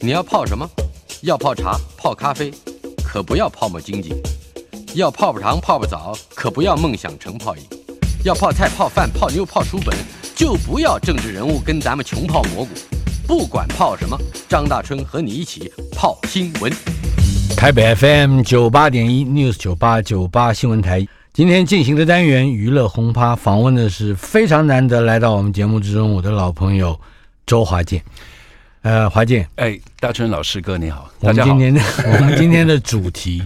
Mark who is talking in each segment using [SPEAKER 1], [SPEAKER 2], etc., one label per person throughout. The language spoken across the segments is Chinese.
[SPEAKER 1] 你要泡什么？要泡茶、泡咖啡，可不要泡沫经济；要泡泡糖、泡泡澡，可不要梦想成泡影；要泡菜、泡饭、泡妞、泡书本，就不要政治人物跟咱们穷泡蘑菇。不管泡什么，张大春和你一起泡新闻。
[SPEAKER 2] 台北 FM 九八点一 News 九八九八新闻台，今天进行的单元娱乐轰趴，访问的是非常难得来到我们节目之中我的老朋友周华健。呃，华健，
[SPEAKER 3] 哎，大春老师哥你好，
[SPEAKER 2] 我
[SPEAKER 3] 大
[SPEAKER 2] 们
[SPEAKER 3] 家
[SPEAKER 2] 今
[SPEAKER 3] 好
[SPEAKER 2] 天的 我们今天的主题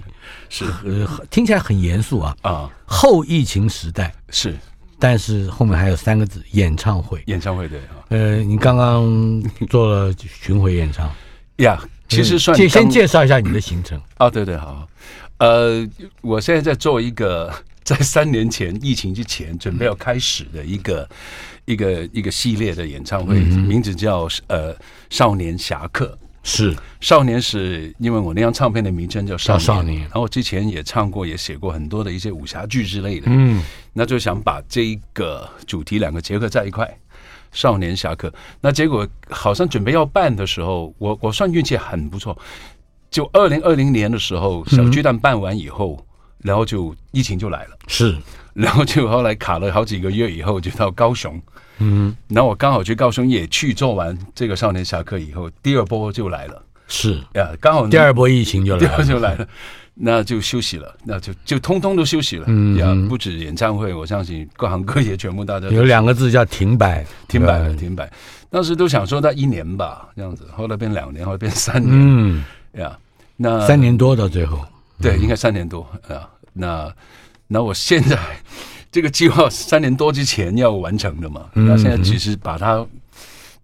[SPEAKER 3] 是
[SPEAKER 2] 呃听起来很严肃啊，
[SPEAKER 3] 啊，
[SPEAKER 2] 后疫情时代，
[SPEAKER 3] 是
[SPEAKER 2] 但是后面还有三个字演唱会。
[SPEAKER 3] 演唱会对啊
[SPEAKER 2] 呃，你刚刚做了巡回演唱，
[SPEAKER 3] 呀，其实算
[SPEAKER 2] 嗯先先
[SPEAKER 3] 刚
[SPEAKER 2] 介绍一下你的行程。
[SPEAKER 3] 啊，对对好，呃，我现在在做一个 在三年前疫情之前准备要开始的一个
[SPEAKER 2] 嗯
[SPEAKER 3] 一个一个系列的演唱会，名字叫呃少年侠客。
[SPEAKER 2] 是
[SPEAKER 3] 少年是因为我那张唱片的名称叫少年，
[SPEAKER 2] 叫少年
[SPEAKER 3] 然后我之前也唱过，也写过很多的一些武侠剧之类的，嗯，那就想把这一个主题两个结合在一块，少年侠客。那结果好像准备要办的时候，我我算运气很不错，就二零二零年的时候，小巨蛋办完以后，然后就疫情就来了。
[SPEAKER 2] 是，
[SPEAKER 3] 然后就后来卡了好几个月以后，就到高雄。嗯，然后我刚好去高雄也去做完这个少年侠客以后，第二波就来了
[SPEAKER 2] 是，
[SPEAKER 3] 呀，刚好
[SPEAKER 2] 第二波疫情 就
[SPEAKER 3] 第
[SPEAKER 2] 来
[SPEAKER 3] 二
[SPEAKER 2] 了。
[SPEAKER 3] 嗯就来了，那就休息了，那就就通通都休息了。嗯，呀，不止演唱会，我相信各行各业全部大家都
[SPEAKER 2] 有两个字叫停摆，
[SPEAKER 3] 停摆了，
[SPEAKER 2] 呃
[SPEAKER 3] 停摆。当时都想说那一年吧，这样子，后来变两年，后来变三年，
[SPEAKER 2] 嗯，
[SPEAKER 3] 呀，那
[SPEAKER 2] 三年多到最后，
[SPEAKER 3] 对，应该三年多啊。那那我现在这个计划三年多之前要完成的嘛，
[SPEAKER 2] 嗯
[SPEAKER 3] 那现在只是把它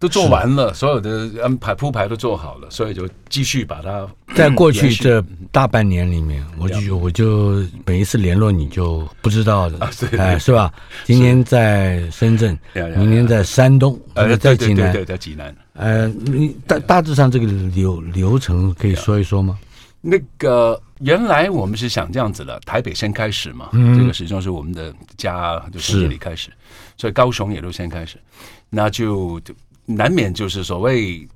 [SPEAKER 3] 都做完了，所有的安排铺排都做好了，所以就继续把它
[SPEAKER 2] 在过去
[SPEAKER 3] 延续
[SPEAKER 2] 这大半年里面，我
[SPEAKER 3] 嗯了
[SPEAKER 2] 就我就每一次联络你就不知道的
[SPEAKER 3] 啊，对对
[SPEAKER 2] 哎，是吧？今年在深圳
[SPEAKER 3] 呀呀，呀
[SPEAKER 2] 明年在山东，
[SPEAKER 3] 呃，
[SPEAKER 2] 在
[SPEAKER 3] 对
[SPEAKER 2] 济
[SPEAKER 3] 对对
[SPEAKER 2] 南
[SPEAKER 3] 对，，在济南。
[SPEAKER 2] 呃，你大大致上这个流流程可以说一说吗？
[SPEAKER 3] 那个原来我们是想这样子的，台北先开始嘛，这个始终是我们的家，就从
[SPEAKER 2] 是
[SPEAKER 3] 这里开始，所以高雄也都先开始，那就就难免就是所谓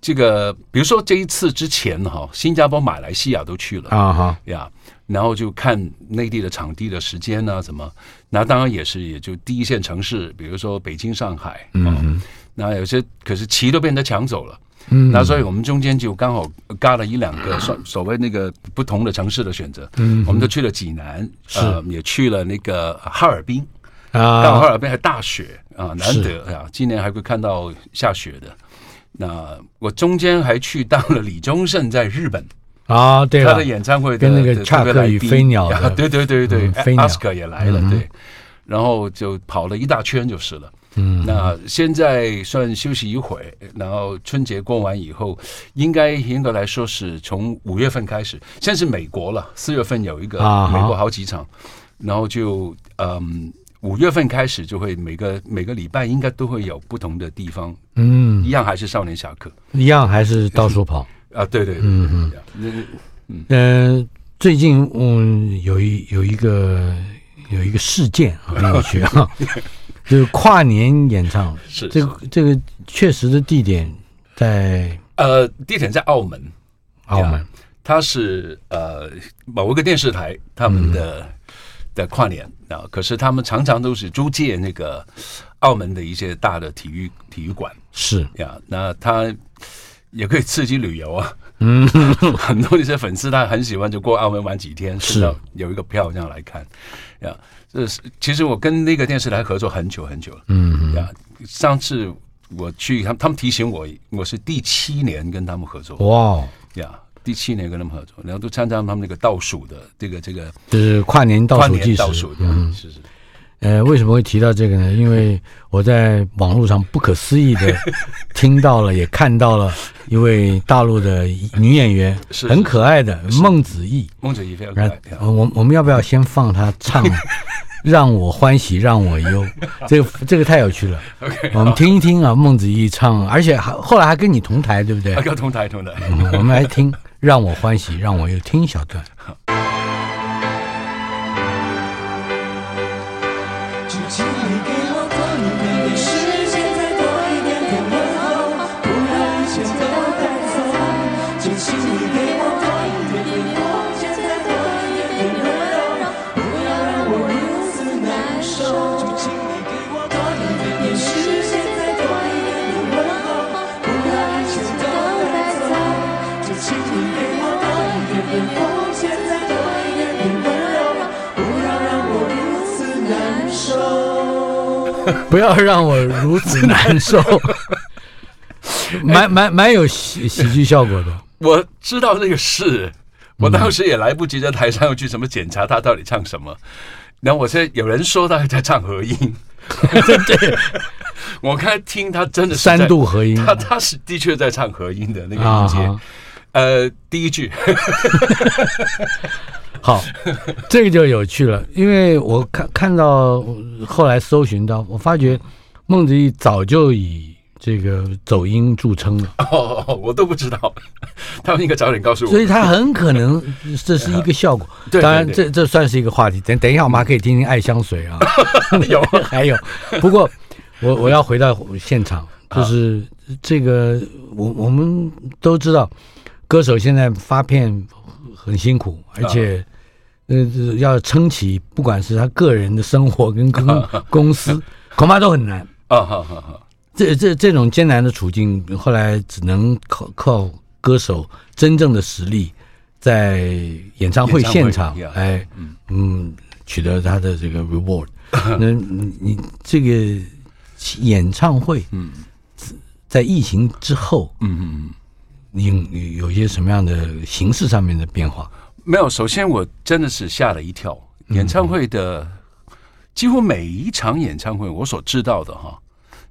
[SPEAKER 3] 这个，比如说这一次之前哈，新加坡、马来西亚都去了
[SPEAKER 2] 啊哈，
[SPEAKER 3] 呀，然后就看内地的场地的时间啊，什么，那当然也是也就第一线城市，比如说北京、上海，嗯，那有些可是棋都被人家抢走了。嗯，那所以我们中间就刚好呃嘎了一两 个所所谓那个不同的城市的选择，嗯，我们就去了济南，呃，也去了那个哈尔滨，刚好
[SPEAKER 2] 啊
[SPEAKER 3] 哈，尔滨还大雪啊，难
[SPEAKER 2] 是
[SPEAKER 3] 得啊，今年还会看到下雪的。那我中间还去当了李宗盛在日本，
[SPEAKER 2] 啊，对
[SPEAKER 3] 他
[SPEAKER 2] 了
[SPEAKER 3] 的，演唱会的
[SPEAKER 2] 跟那个
[SPEAKER 3] 的
[SPEAKER 2] 恰克与
[SPEAKER 3] 这个来宾啊
[SPEAKER 2] 飞鸟的
[SPEAKER 3] 对对对对
[SPEAKER 2] 嗯，飞鸟嗯
[SPEAKER 3] 阿斯克也来了，对，然后就跑了一大圈就是了。嗯，那现在算休息一会，然后春节过完以后，应该严格来说是从五月份开始，现在是美国了，四月份有一个
[SPEAKER 2] 啊哈
[SPEAKER 3] 美国好几场，然后就嗯。五月份开始就会每个每个礼拜应该都会有不同的地方，
[SPEAKER 2] 嗯，
[SPEAKER 3] 一样还是少年侠客
[SPEAKER 2] 一样还是到处跑。
[SPEAKER 3] 啊，对对对，嗯嗯，
[SPEAKER 2] 嗯、最近嗯有一有一个有一个事件 啊，很有趣啊，就是跨年演唱，
[SPEAKER 3] 是
[SPEAKER 2] 这个这个确实的地点在
[SPEAKER 3] 呃，地点在澳门，
[SPEAKER 2] 澳门
[SPEAKER 3] 呀，它是呃某一个电视台他们的、的跨年啊，可是他们常常都是租借那个澳门的一些大的体育体育馆
[SPEAKER 2] 是
[SPEAKER 3] 呀，那它也可以刺激旅游啊。嗯， 很多一些粉丝他很喜欢就过澳门玩几天，
[SPEAKER 2] 是
[SPEAKER 3] 甚至有一个票这样来看呀。这是其实我跟那个电视台合作很久很久了，嗯呀，上次。我去，他们他们提醒我，我是第七年跟他们合作。
[SPEAKER 2] 哇，哦
[SPEAKER 3] 呀，第七年跟他们合作，然后都参加他们那个倒数的这个这个
[SPEAKER 2] 就是跨年倒
[SPEAKER 3] 跨
[SPEAKER 2] 数
[SPEAKER 3] 年
[SPEAKER 2] 计时
[SPEAKER 3] 倒，数的，嗯、是是，
[SPEAKER 2] 呃，为什么会提到这个呢？因为我在网络上不可思议 的听到了，也看到了一位大陆的女演员，
[SPEAKER 3] 是
[SPEAKER 2] 很可爱的孟子义。
[SPEAKER 3] 孟子义非常可
[SPEAKER 2] 然
[SPEAKER 3] 爱，
[SPEAKER 2] 后我我们要不要先放她 唱？让我欢喜，让我 忧，这个这个太有趣了。我们听一听啊，孟子义唱，而且还后来还跟你同台，对不对
[SPEAKER 3] 啊，？跟同台同台。
[SPEAKER 2] 嗯我们来 听，让我欢喜，让我忧，听一小段。
[SPEAKER 4] 只请你给我多一点的时间，再多一点的问候，不要一切都带走。只请你给我多一点的空间，再多一点的温柔，不要让我如此难受。只请你给我多一点的时间，再多一点的问候，不要一切都带走。只请你给我多一点的空间，再多一点的温柔，不要让我如此难受。
[SPEAKER 2] 不要让我如此难受， 蛮蛮蛮有喜喜剧效 果的。
[SPEAKER 3] 我知道那个事，我当时也来不及在台上去什么检查他到底唱什么。然后我现在有人说他在唱和 音，对，我刚才听他真的是在
[SPEAKER 2] 三度合音
[SPEAKER 3] 他他是的确在唱和音的那个
[SPEAKER 2] 啊
[SPEAKER 3] 音阶。
[SPEAKER 2] 哈
[SPEAKER 3] 呃，第一句
[SPEAKER 2] 好， 这个就有趣了，因为我看看到后来搜寻到，我发觉孟子义早就以这个走音著称了，
[SPEAKER 3] 哦，我都不知道，他们应该早点告诉我。
[SPEAKER 2] 所以他很可能这是一个效果。
[SPEAKER 3] 对对
[SPEAKER 2] 当然
[SPEAKER 3] 对
[SPEAKER 2] 这这算是一个话题。等等一下，我们还可以听听《爱香水》啊。
[SPEAKER 3] 有
[SPEAKER 2] 还有，不过我我要回到现场，就是这个，我我们都知道，歌手现在发片很辛苦，而且呃要撑起，不管是他个人的生活跟公公司，恐怕都很难。
[SPEAKER 3] 啊，好好好，
[SPEAKER 2] 这这这种艰难的处境，后来只能靠靠歌手真正的实力，在演唱会
[SPEAKER 3] 演唱会
[SPEAKER 2] 现场
[SPEAKER 3] ，yeah，，
[SPEAKER 2] 哎，嗯，取得他的这个 reward。那你你这个演唱会，嗯，在疫情之后，
[SPEAKER 3] 嗯嗯嗯。
[SPEAKER 2] 你有些什么样的形式上面的变化？
[SPEAKER 3] 没有，首先我真的是吓了一跳。演唱会的几乎每一场演唱会，我所知道的哈，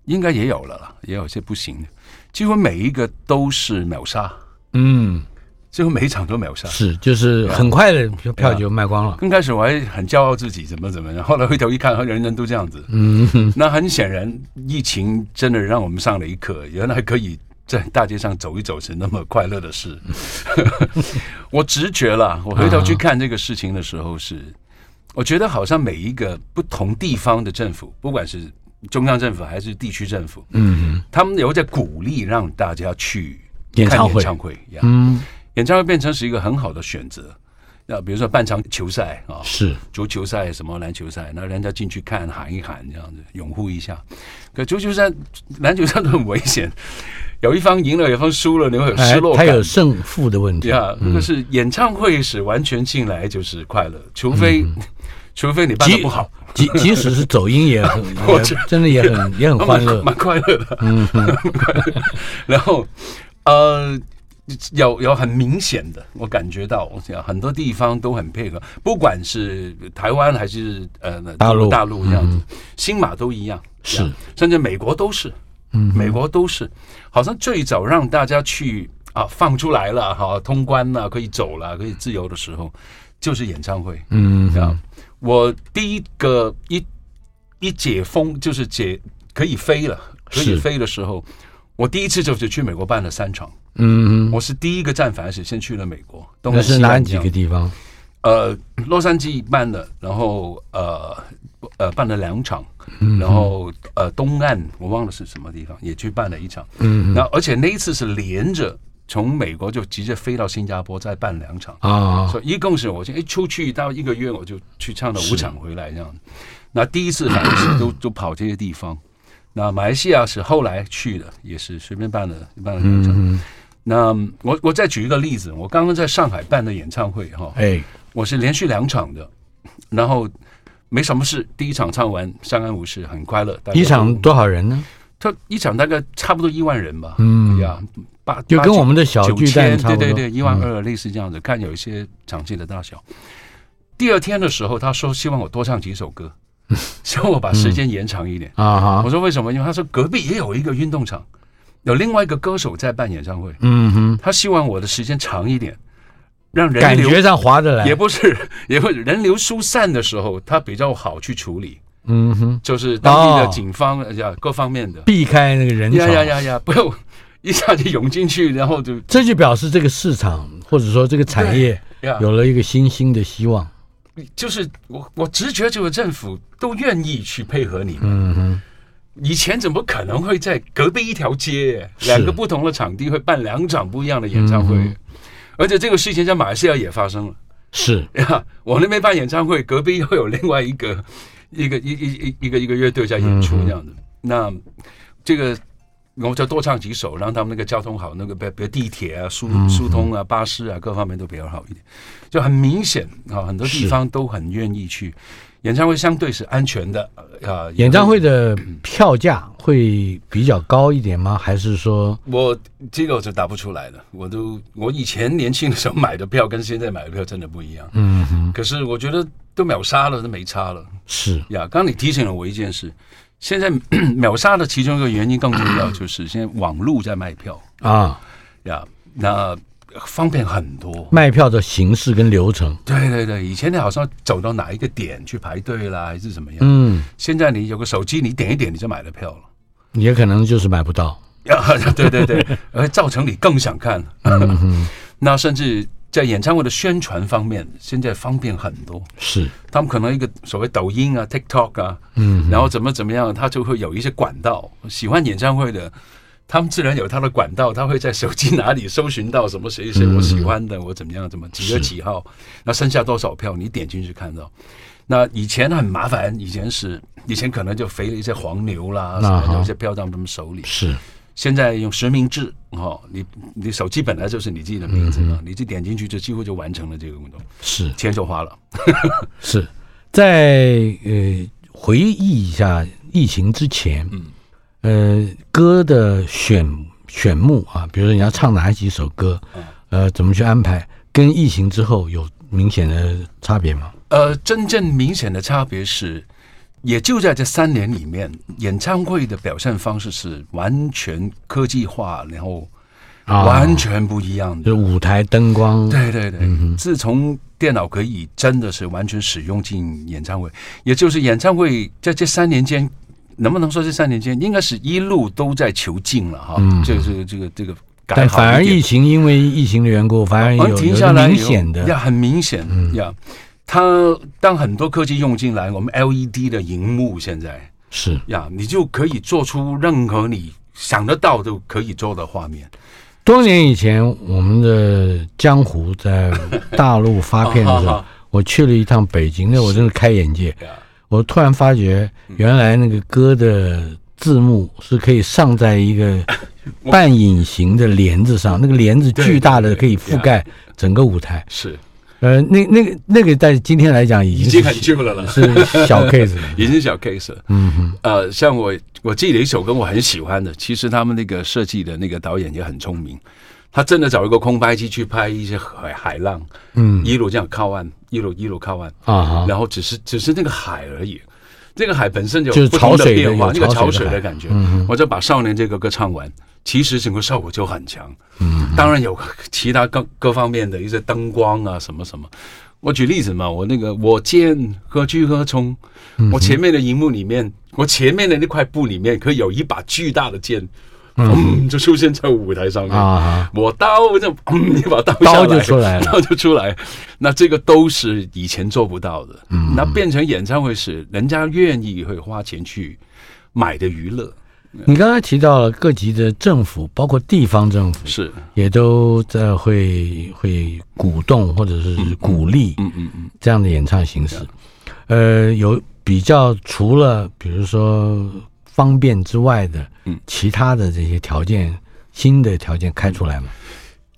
[SPEAKER 3] 应该也有了啦，也有些不行的，几乎每一个都是秒杀，
[SPEAKER 2] 嗯，
[SPEAKER 3] 几乎每一场都秒杀。
[SPEAKER 2] 是，就是很快的票票就卖光了。
[SPEAKER 3] 刚开始我还很骄傲自己怎么怎么样，后来回头一看，人人都这样子。
[SPEAKER 2] 嗯，
[SPEAKER 3] 那很显然，疫情真的让我们上了一课，原来可以在大街上走一走是那么快乐的事。 我直觉了，我回头去看这个事情的时候是，我觉得好像每一个不同地方的政府，不管是中央政府还是地区政府，
[SPEAKER 2] 嗯
[SPEAKER 3] 他们有在鼓励让大家去
[SPEAKER 2] 演
[SPEAKER 3] 看
[SPEAKER 2] 唱会
[SPEAKER 3] 演唱会呀，
[SPEAKER 2] 嗯，
[SPEAKER 3] 演唱会变成是一个很好的选择。那比如说办场球赛啊，
[SPEAKER 2] 是，
[SPEAKER 3] 足球赛、什么篮球赛，那人家进去看喊一喊这样子，拥护一下。可足球赛、篮球赛都很危险，有一方赢了，有一方输了，你会有失
[SPEAKER 2] 哎
[SPEAKER 3] 落，
[SPEAKER 2] 他
[SPEAKER 3] 感。
[SPEAKER 2] 有胜负的问题
[SPEAKER 3] 对。啊，可是演唱会是完全进来就是快乐，除非、
[SPEAKER 2] 嗯
[SPEAKER 3] 除非你办的不好，
[SPEAKER 2] 即即使是走音也 很，
[SPEAKER 3] 我
[SPEAKER 2] 也
[SPEAKER 3] 知
[SPEAKER 2] 真的也很也很欢乐
[SPEAKER 3] 啊蛮。蛮快乐的，嗯， 蛮快乐的。然后呃，有有很明显的，我感觉到很多地方都很配合，不管是台湾还是呃
[SPEAKER 2] 大陆嗯
[SPEAKER 3] 大陆这样子，新马都一样，
[SPEAKER 2] 是
[SPEAKER 3] 这样，甚至美国都是，嗯，美国都是，好像最早让大家去啊放出来了哈、通关了，可以走了，可以自由的时候，就是演唱会，
[SPEAKER 2] 嗯
[SPEAKER 3] 啊，我第一个一一解封就是解可以飞了，可以
[SPEAKER 2] 是
[SPEAKER 3] 飞的时候，我第一次就是去美国办了三场，
[SPEAKER 2] 嗯，
[SPEAKER 3] 我是第一个站反而是先去了美国，东
[SPEAKER 2] 那
[SPEAKER 3] 南西
[SPEAKER 2] 是
[SPEAKER 3] 南
[SPEAKER 2] 哪
[SPEAKER 3] 这
[SPEAKER 2] 几
[SPEAKER 3] 样
[SPEAKER 2] 个地方？
[SPEAKER 3] 呃，洛杉矶办了，然后呃呃办了两场，
[SPEAKER 2] 嗯
[SPEAKER 3] 然后呃东岸我忘了是什么地方也去办了一场，嗯，然后而且那一次是连着从美国就直接飞到新加坡再办两场，
[SPEAKER 2] 啊，
[SPEAKER 3] 所以一共是我现在一出去到一个月，我就去唱了五场回来这样。那第一次反正 是都都跑这些地方。那马来西亚是后来去的，也是随便办了办了
[SPEAKER 2] 嗯
[SPEAKER 3] 两场。那我我再举一个例子，我刚刚在上海办的演唱会哈，
[SPEAKER 2] 哎，
[SPEAKER 3] 我是连续两场的，然后没什么事，第一场唱完《相安无事》，很快乐。大家
[SPEAKER 2] 一
[SPEAKER 3] 都
[SPEAKER 2] 场多少人呢？
[SPEAKER 3] 他一场大概差不多一万人吧，嗯呀，八
[SPEAKER 2] 就跟
[SPEAKER 3] 八九
[SPEAKER 2] 我们的小
[SPEAKER 3] 九
[SPEAKER 2] 巨
[SPEAKER 3] 千，
[SPEAKER 2] 蛋差不多。嗯
[SPEAKER 3] 对对对，一万二类似这样子， 看有一些场地的大小。第二天的时候，他说希望我多唱几首歌，希望我把时间延长一点。
[SPEAKER 2] 啊
[SPEAKER 3] 我
[SPEAKER 2] 哈，
[SPEAKER 3] 说为什么？因为他说隔壁也有一个运动场，有另外一个歌手在办演唱会，
[SPEAKER 2] 嗯哼，
[SPEAKER 3] 他希望我的时间长一点，让人
[SPEAKER 2] 感
[SPEAKER 3] 流
[SPEAKER 2] 觉上划得来
[SPEAKER 3] 也，不是 也不是人流疏散的时候，他比较好去处理，
[SPEAKER 2] 嗯哼，
[SPEAKER 3] 就是当地
[SPEAKER 2] 哦
[SPEAKER 3] 的警方哎呀、各方面的，
[SPEAKER 2] 避开那个人潮
[SPEAKER 3] 呀，呀呀呀，不要 一下就涌进去，然后就
[SPEAKER 2] 这就表示这个市场或者说这个产业
[SPEAKER 3] 呀，
[SPEAKER 2] 有了一个新兴的希望。
[SPEAKER 3] 就是我我直觉就是政府都愿意去配合你，
[SPEAKER 2] 嗯哼，
[SPEAKER 3] 以前怎么可能会在隔壁一条街
[SPEAKER 2] 是
[SPEAKER 3] 两个不同的场地会办两场不一样的演唱会？
[SPEAKER 2] 嗯
[SPEAKER 3] 而且这个事情在马来西亚也发生了
[SPEAKER 2] 是
[SPEAKER 3] 呀， 我那边办演唱会，隔壁又有另外一个一个一一一一个一个乐队在演出
[SPEAKER 2] 嗯哼
[SPEAKER 3] 这样子。那这个我就多唱几首，让他们那个交通好，那个比比如地铁啊、
[SPEAKER 2] 嗯
[SPEAKER 3] 疏疏通啊、巴士啊各方面都比较好一点，就很明显啊，很多
[SPEAKER 2] 是
[SPEAKER 3] 地方都很愿意去。演唱会相对是安全的啊，
[SPEAKER 2] 演唱会
[SPEAKER 3] 的。
[SPEAKER 2] 的票价会比较高一点吗？还是说
[SPEAKER 3] 我这个我就答不出来了，我都我以前年轻的时候买的票跟现在买的票真的不一样。
[SPEAKER 2] 嗯哼
[SPEAKER 3] 可是我觉得都秒杀了，都没差了
[SPEAKER 2] 是
[SPEAKER 3] 呀。刚刚你提醒了我一件事，现在 秒杀的其中一个原因更重要， 就是现在网络在卖票
[SPEAKER 2] 啊？
[SPEAKER 3] 呀，那方便很多。
[SPEAKER 2] 卖票的形式跟流程，
[SPEAKER 3] 对对对，以前你好像走到哪一个点去排队啦，还是怎么样？
[SPEAKER 2] 嗯，
[SPEAKER 3] 现在你有个手机，你点一点你就买了票了。
[SPEAKER 2] 也可能就是买不到。
[SPEAKER 3] 呀， 对对对，而造成你更想看。 那甚至在演唱会的宣传方面，现在方便很多。
[SPEAKER 2] 是，
[SPEAKER 3] 他们可能一个所谓抖音啊、TikTok 啊，
[SPEAKER 2] 嗯，
[SPEAKER 3] 然后怎么怎么样，他就会有一些管道。喜欢演唱会的，他们自然有他的管道，他会在手机哪里搜寻到什么谁谁我喜欢的，我怎么样怎么几月几号，那剩下多少票，你点进去看到。那以前很麻烦，以前是以前可能就肥了一些黄牛啦，什
[SPEAKER 2] 那
[SPEAKER 3] 么
[SPEAKER 2] 好
[SPEAKER 3] 有些票到他们手里。
[SPEAKER 2] 是，
[SPEAKER 3] 现在用实名制哦，你你手机本来就是你自己的名字嘛，你就点进去就几乎就完成了这个运动，
[SPEAKER 2] 是，
[SPEAKER 3] 钱就花了。
[SPEAKER 2] 是在呃回忆一下疫情之前，
[SPEAKER 3] 嗯
[SPEAKER 2] 呃，歌的选选目啊，比如说你要唱哪几首歌，
[SPEAKER 3] 啊
[SPEAKER 2] 呃，怎么去安排，跟疫情之后有明显的差别吗？
[SPEAKER 3] 呃，真正明显的差别是，也就在这三年里面，演唱会的表现方式是完全科技化，然后
[SPEAKER 2] 啊
[SPEAKER 3] 完全不一样的。
[SPEAKER 2] 就是嗯舞台灯光，
[SPEAKER 3] 对对对，自从电脑可以真的是完全使用进演唱会，也就是演唱会在这三年间，能不能说这三年间应该是一路都在求进了哈？这个这个这个这个
[SPEAKER 2] 嗯但
[SPEAKER 3] 改好一点。
[SPEAKER 2] 反而疫情因为疫情的缘故，反而
[SPEAKER 3] 好
[SPEAKER 2] 哎有
[SPEAKER 3] 像停
[SPEAKER 2] 有
[SPEAKER 3] 下来
[SPEAKER 2] 明
[SPEAKER 3] 以后
[SPEAKER 2] 显
[SPEAKER 3] 呀，
[SPEAKER 2] 的嗯
[SPEAKER 3] 很明显呀。它当很多科技用进来，我们 LED 的荧幕现在
[SPEAKER 2] 是
[SPEAKER 3] 呀，你就可以做出任何你想得到都可以做的画面。
[SPEAKER 2] 多年以前，我们的江湖在大陆发片的时
[SPEAKER 3] 哦好
[SPEAKER 2] 候
[SPEAKER 3] 好好，
[SPEAKER 2] 我去了一趟北京，那我真是开眼界
[SPEAKER 3] 呀。
[SPEAKER 2] 我突然发觉，
[SPEAKER 3] 嗯
[SPEAKER 2] 原来那个歌的字幕是可以上在一 个半隐形的帘子上，那个帘子巨大的，
[SPEAKER 3] 对对
[SPEAKER 2] 可以覆盖整个舞台。
[SPEAKER 3] 是，
[SPEAKER 2] 呃，那那个那个，在今天来讲已
[SPEAKER 3] 已
[SPEAKER 2] 经
[SPEAKER 3] 经
[SPEAKER 2] 是
[SPEAKER 3] 很旧了了，
[SPEAKER 2] 是小 case 了。
[SPEAKER 3] 已经小 case 了。
[SPEAKER 2] 嗯哼，
[SPEAKER 3] 呃，像我我记得一首歌我很喜欢的，其实他们那个设计的那个导演也很聪明，他真的找一个空拍机去拍一些海海浪，
[SPEAKER 2] 嗯
[SPEAKER 3] 一路这样靠岸，一路一路靠岸，
[SPEAKER 2] 啊哈，
[SPEAKER 3] 然后只是只是那个海而已，这个海本身就
[SPEAKER 2] 就是
[SPEAKER 3] 不同
[SPEAKER 2] 潮
[SPEAKER 3] 的
[SPEAKER 2] 水的
[SPEAKER 3] 变化，
[SPEAKER 2] 有
[SPEAKER 3] 那个
[SPEAKER 2] 潮
[SPEAKER 3] 潮
[SPEAKER 2] 水
[SPEAKER 3] 水
[SPEAKER 2] 的海嗯
[SPEAKER 3] 的感觉。我就把《少年》这个歌唱完，其实整个效果就很强。
[SPEAKER 2] 嗯
[SPEAKER 3] 当然有其他各各方面的一些灯光啊，什么什么。我举例子嘛，我那个我见何去何从，
[SPEAKER 2] 嗯
[SPEAKER 3] 我前面的荧幕里面，我前面的那块布里面，可以有一把巨大的剑，嗯，就出现在舞台上面
[SPEAKER 2] 啊哈
[SPEAKER 3] 我刀就 嗯，一把刀
[SPEAKER 2] 刀
[SPEAKER 3] 下
[SPEAKER 2] 就
[SPEAKER 3] 来
[SPEAKER 2] 出来了
[SPEAKER 3] 刀就出来。那这个都是以前做不到的，
[SPEAKER 2] 嗯
[SPEAKER 3] 那变成演唱会是人家愿意会花钱去买的娱乐，
[SPEAKER 2] 你刚才提到了各级的政府，包括地方政府，
[SPEAKER 3] 是，
[SPEAKER 2] 也都在会会鼓动或者是鼓励
[SPEAKER 3] 嗯嗯嗯，
[SPEAKER 2] 这样的演唱形式。呃，有比较除了比如说方便之外的，
[SPEAKER 3] 嗯
[SPEAKER 2] 其他的这些条件，新的条件开出来嘛？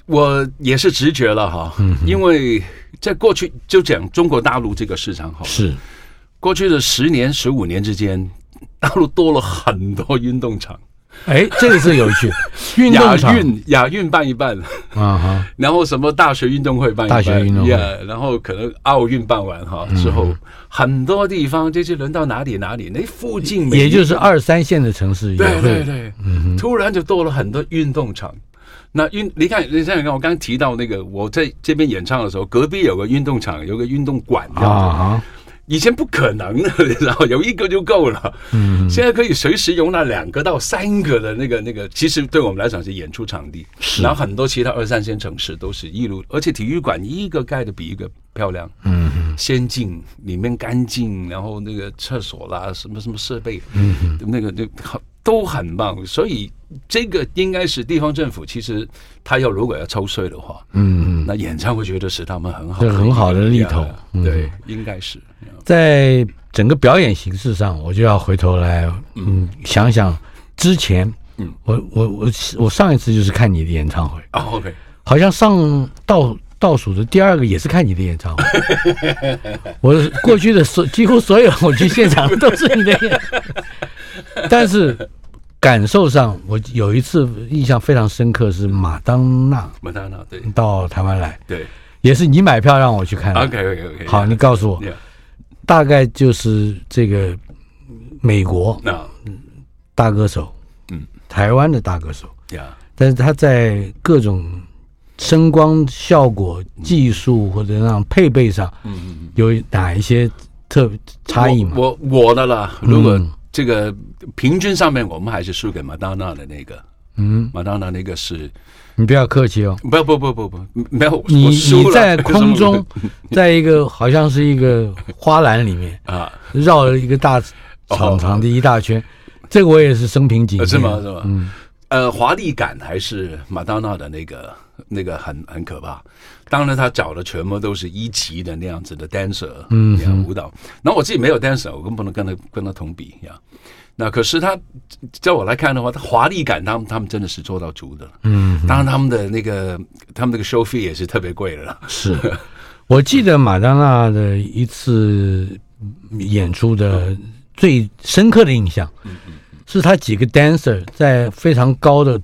[SPEAKER 3] 我也是直觉了哈，
[SPEAKER 2] 嗯
[SPEAKER 3] 因为在过去就讲中国大陆这个市场好了，
[SPEAKER 2] 是
[SPEAKER 3] 过去的十年、十五年之间，大陆多了很多运动场，
[SPEAKER 2] 哎，这个是有 趣，运动
[SPEAKER 3] 亚
[SPEAKER 2] 场
[SPEAKER 3] 运亚运办一办，
[SPEAKER 2] 啊哈，
[SPEAKER 3] 然后什么大学运动会办一办，
[SPEAKER 2] 大学运动会嗯
[SPEAKER 3] yeah, 然后可能奥运办完哈之后，很多地方这就轮到哪里哪里，那附近每一
[SPEAKER 2] 也就是二三线的城市也
[SPEAKER 3] 对对
[SPEAKER 2] 会嗯
[SPEAKER 3] 对，突然就多了很多运动场。那运，你看，你想想看，我刚提到那个，我在这边演唱的时候，隔壁有个运动场，有个运动馆，这
[SPEAKER 2] 啊
[SPEAKER 3] 样子
[SPEAKER 2] 哈，
[SPEAKER 3] 以前不可能的， 然后有一个就够了。嗯，现在可以随时容纳两个到三个的那个那个，其实对我们来讲是演出场地。
[SPEAKER 2] 是
[SPEAKER 3] 然后很多其他二三线城市都是一路，而且体育馆一个盖的比一个漂亮。
[SPEAKER 2] 嗯哼
[SPEAKER 3] 先进，里面干净，然后那个厕所啦，什么什么设备，嗯，那个那好都很棒，所以这个应该是地方政府，其实他要如果要抽税的话，
[SPEAKER 2] 嗯嗯，
[SPEAKER 3] 那演唱会觉得是他们很好，
[SPEAKER 2] 这很好的利头
[SPEAKER 3] 呀
[SPEAKER 2] 嗯
[SPEAKER 3] 啊对，应该是。
[SPEAKER 2] 在整个表演形式上，我就要回头来嗯想想之前，
[SPEAKER 3] 嗯
[SPEAKER 2] 我我我我上一次就是看你的演唱会，
[SPEAKER 3] 哦，OK，
[SPEAKER 2] 好像上倒倒数的第二个也是看你的演唱会。 我过去的所几乎所有我去现场的都是你的演，但是感受上，我有一次印象非常深刻是马当娜
[SPEAKER 3] 麦当娜，对
[SPEAKER 2] 到台湾来，
[SPEAKER 3] 对
[SPEAKER 2] 也是你买票让我去看的。
[SPEAKER 3] ，OK OK
[SPEAKER 2] 哎
[SPEAKER 3] OK，
[SPEAKER 2] 好，你告诉我，大概就是这个美国
[SPEAKER 3] 那
[SPEAKER 2] 大歌手，
[SPEAKER 3] 嗯，
[SPEAKER 2] 台湾的大歌手，
[SPEAKER 3] 呀，
[SPEAKER 2] 但是他在各种声光效果技术或者那种配备上
[SPEAKER 3] 嗯嗯嗯。
[SPEAKER 2] 有哪一些特差异吗？
[SPEAKER 3] 我我我的啦，如果
[SPEAKER 2] 嗯
[SPEAKER 3] 这个平均上面，我们还是输给麦当娜的那个，
[SPEAKER 2] 嗯，
[SPEAKER 3] 麦当娜那个是
[SPEAKER 2] 你不要客气哦。
[SPEAKER 3] 不不不不不，没有，我
[SPEAKER 2] 你
[SPEAKER 3] 我输了
[SPEAKER 2] 你在空 中，在一个好像是一个花篮里面
[SPEAKER 3] 啊，哦
[SPEAKER 2] 绕了一个大长长的一大圈，这个我也是生平仅见。
[SPEAKER 3] 是吗？是吗？
[SPEAKER 2] 嗯，
[SPEAKER 3] 呃，华丽感还是马当娜的那个那个很很可怕。当然，他找的全部都是一级的那样子的 dancer，
[SPEAKER 2] 嗯
[SPEAKER 3] 呀舞蹈。那我自己没有 dancer，我根本不能跟他跟他同比呀。那可是他，在我来看的话，他华丽感，他们他们真的是做到足的。
[SPEAKER 2] 嗯，
[SPEAKER 3] 当然，他们的那个他们那个收费也是特别贵的了。
[SPEAKER 2] 是。 我记得马当娜的一次演出的最深刻的印象，
[SPEAKER 3] 嗯
[SPEAKER 2] 是她几个 dancer 在非常高的，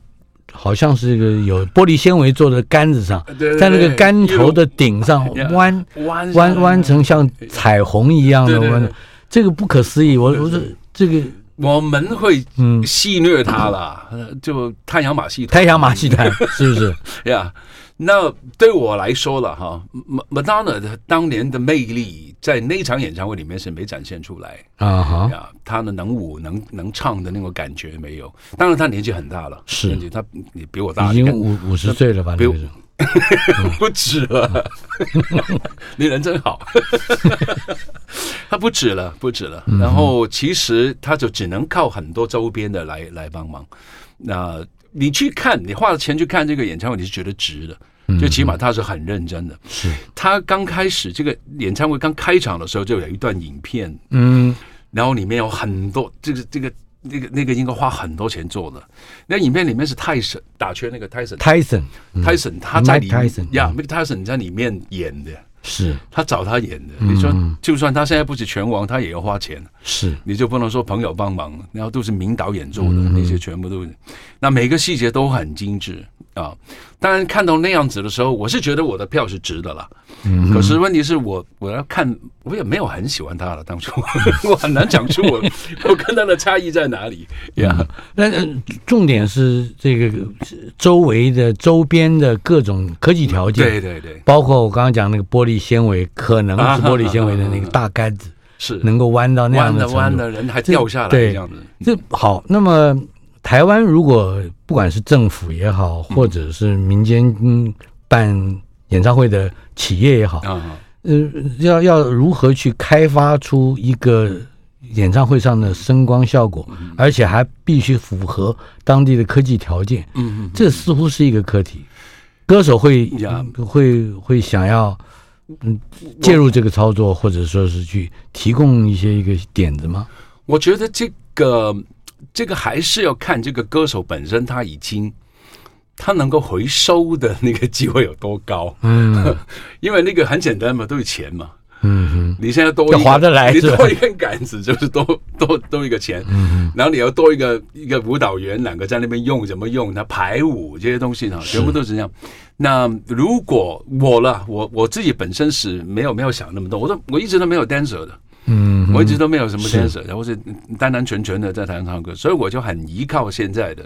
[SPEAKER 2] 好像是一个有玻璃纤维做的杆子上
[SPEAKER 3] 啊对对，
[SPEAKER 2] 在那个
[SPEAKER 3] 对
[SPEAKER 2] 杆头的顶上
[SPEAKER 3] 一路
[SPEAKER 2] 弯
[SPEAKER 3] 弯
[SPEAKER 2] 弯弯成像彩虹一样的
[SPEAKER 3] 对对
[SPEAKER 2] 弯
[SPEAKER 3] 对，
[SPEAKER 2] 这个不可思议。我我说这个
[SPEAKER 3] 我们会
[SPEAKER 2] 嗯，
[SPEAKER 3] 戏虐他啦，呃就太阳马戏团
[SPEAKER 2] 太阳马戏 团是不是？
[SPEAKER 3] 呀。那对我来说了哈，Ma-，Madonna 的当年的魅力在那场演唱会里面是没展现出来
[SPEAKER 2] 啊哈，
[SPEAKER 3] 呀，她的能舞能能唱的那种感觉没有。当然，她年纪很大了，
[SPEAKER 2] 是
[SPEAKER 3] 年纪她你比我大，
[SPEAKER 2] 已
[SPEAKER 3] 你
[SPEAKER 2] 经
[SPEAKER 3] 看
[SPEAKER 2] 五五十岁了吧？
[SPEAKER 3] 比
[SPEAKER 2] 那
[SPEAKER 3] 如
[SPEAKER 2] 个人
[SPEAKER 3] 不止了， 你人真 好。他不止了，不止了。然后其实他就只能靠很多周边的来来帮忙。那你去看，你花了钱去看这个演唱会，你是觉得值的。就起码他嗯是很认真的。
[SPEAKER 2] 是
[SPEAKER 3] 他刚开始这个演唱会刚开场的时候，就有一段影片，
[SPEAKER 2] 嗯
[SPEAKER 3] 然后里面有很多这个这个那个那个应该花很多钱做的。那影片里面是泰森打圈那个泰森，
[SPEAKER 2] ，Tyson
[SPEAKER 3] 泰森他在里
[SPEAKER 2] 嗯 Mike Tyson，嗯
[SPEAKER 3] 呀，Mike Tyson 在里面演的，
[SPEAKER 2] 是
[SPEAKER 3] 他找他演的。
[SPEAKER 2] 嗯
[SPEAKER 3] 你说，就算他现在不是拳王，他也要花钱，
[SPEAKER 2] 是
[SPEAKER 3] 你就不能说朋友帮忙，然后都是名导演做的，
[SPEAKER 2] 嗯
[SPEAKER 3] 那些全部都是，那每个细节都很精致啊。当然看到那样子的时候，我是觉得我的票是值的了。
[SPEAKER 2] 嗯
[SPEAKER 3] 可是问题是我我要看，我也没有很喜欢他了，当初 我很难讲出我 我跟他的差异在哪里 呀。
[SPEAKER 2] 那呃重点是这个呃周围的周边的各种科技条件，
[SPEAKER 3] 对对对，
[SPEAKER 2] 包括我刚刚讲那个玻璃纤维，可能是玻璃纤维的那个大杆
[SPEAKER 3] 啊
[SPEAKER 2] 子，
[SPEAKER 3] 是
[SPEAKER 2] 能够弯到那样
[SPEAKER 3] 弯
[SPEAKER 2] 的
[SPEAKER 3] 的
[SPEAKER 2] 程
[SPEAKER 3] 弯
[SPEAKER 2] 度
[SPEAKER 3] 的人还
[SPEAKER 2] 这
[SPEAKER 3] 掉下来
[SPEAKER 2] 对
[SPEAKER 3] 这样子。
[SPEAKER 2] 这好，那么台湾如果不管是政府也好，或者是民间嗯办演唱会的企业也好，
[SPEAKER 3] 啊，
[SPEAKER 2] 呃，要要如何去开发出一个演唱会上的声光效果，
[SPEAKER 3] 嗯
[SPEAKER 2] 而且还必须符合当地的科技条件，
[SPEAKER 3] 嗯嗯，
[SPEAKER 2] 这似乎是一个课题。歌手会
[SPEAKER 3] 呀
[SPEAKER 2] 会会想要嗯介入这个操作，或者说是去提供一些一个点子吗？
[SPEAKER 3] 我觉得这个这个还是要看这个歌手本身他已经他能够回收的那个机会有多高，
[SPEAKER 2] 嗯
[SPEAKER 3] 因为那个很简单嘛，都是钱嘛。
[SPEAKER 2] 嗯哼，
[SPEAKER 3] 你现在多
[SPEAKER 2] 要
[SPEAKER 3] 一
[SPEAKER 2] 划
[SPEAKER 3] 个
[SPEAKER 2] 得来嗯
[SPEAKER 3] 你
[SPEAKER 2] 是吧
[SPEAKER 3] 多一根杆子就是多多多一个钱，然后你要多一个一个舞蹈员，两个在那边用怎么用，他排舞这些东西呢，全部都是这样。那如果我了，我我自己本身是没有没有想那么多，我都我一直都没有 dancer 的，
[SPEAKER 2] 嗯哼，
[SPEAKER 3] 我一直都没有什么
[SPEAKER 2] 是
[SPEAKER 3] dancer，然后是单单纯纯的在台上唱歌，所以我就很依靠现在的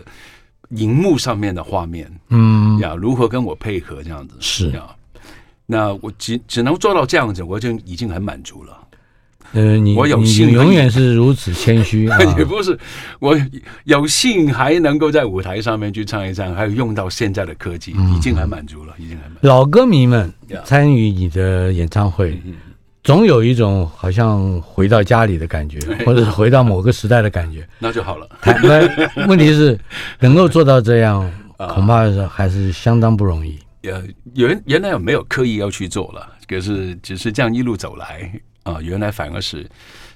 [SPEAKER 3] 荧幕上面的画面
[SPEAKER 2] 嗯
[SPEAKER 3] 呀，如何跟我配合这样子
[SPEAKER 2] 是
[SPEAKER 3] 呀。那我只只能做到这样子，我就已经很满足了。
[SPEAKER 2] 呃，你
[SPEAKER 3] 我有
[SPEAKER 2] 你
[SPEAKER 3] 幸
[SPEAKER 2] 你
[SPEAKER 3] 可以
[SPEAKER 2] 永远是如此谦虚 啊，
[SPEAKER 3] 也不是我有幸还能够在舞台上面去唱一唱，还有用到现在的科技，
[SPEAKER 2] 嗯
[SPEAKER 3] 已经很满足了，已经很满足。
[SPEAKER 2] 老歌迷们
[SPEAKER 3] Yeah
[SPEAKER 2] 参与你的演唱会，总有一种好像回到家里的感觉，或者是回到某个时代的感觉。
[SPEAKER 3] 那就好了。
[SPEAKER 2] 坦白，问题是能够做到这样，恐怕是还是相当不容易。
[SPEAKER 3] 呃，原原来我没有刻意要去做了，可是只是这样一路走来啊、原来反而是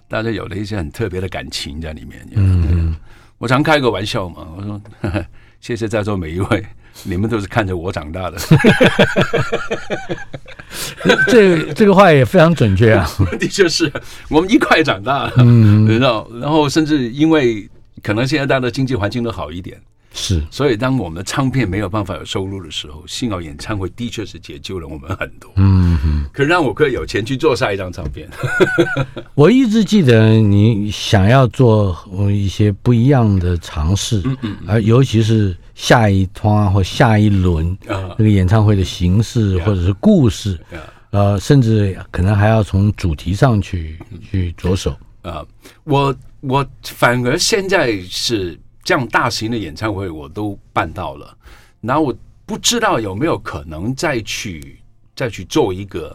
[SPEAKER 3] 大家有了一些很特别的感情在里面。嗯，我常开个玩笑嘛，我说 呵呵谢谢在座每一位，你们都是看着我长大的，
[SPEAKER 2] 这这个话也非常准确啊。
[SPEAKER 3] 的确是我们一块长大的，
[SPEAKER 2] 嗯，
[SPEAKER 3] 然后然后甚至因为可能现在大家的经济环境都好一点，
[SPEAKER 2] 是
[SPEAKER 3] 所以当我们的唱片没有办法有收入的时候，幸好演唱会的确是解救了我们很多，
[SPEAKER 2] 嗯哼，
[SPEAKER 3] 可是让我可以有钱去做下一张唱片。
[SPEAKER 2] 我一直记得你想要做呃一些不一样的尝试，
[SPEAKER 3] 嗯
[SPEAKER 2] 而尤其是下一团或下一轮
[SPEAKER 3] 啊
[SPEAKER 2] 那个演唱会的形式
[SPEAKER 3] Yeah
[SPEAKER 2] 或者是故事，呃，甚至可能还要从主题上去
[SPEAKER 3] 嗯
[SPEAKER 2] 去着手。
[SPEAKER 3] 啊，我我反而现在是这样大型的演唱会我都办到了，然后我不知道有没有可能再去再去做一个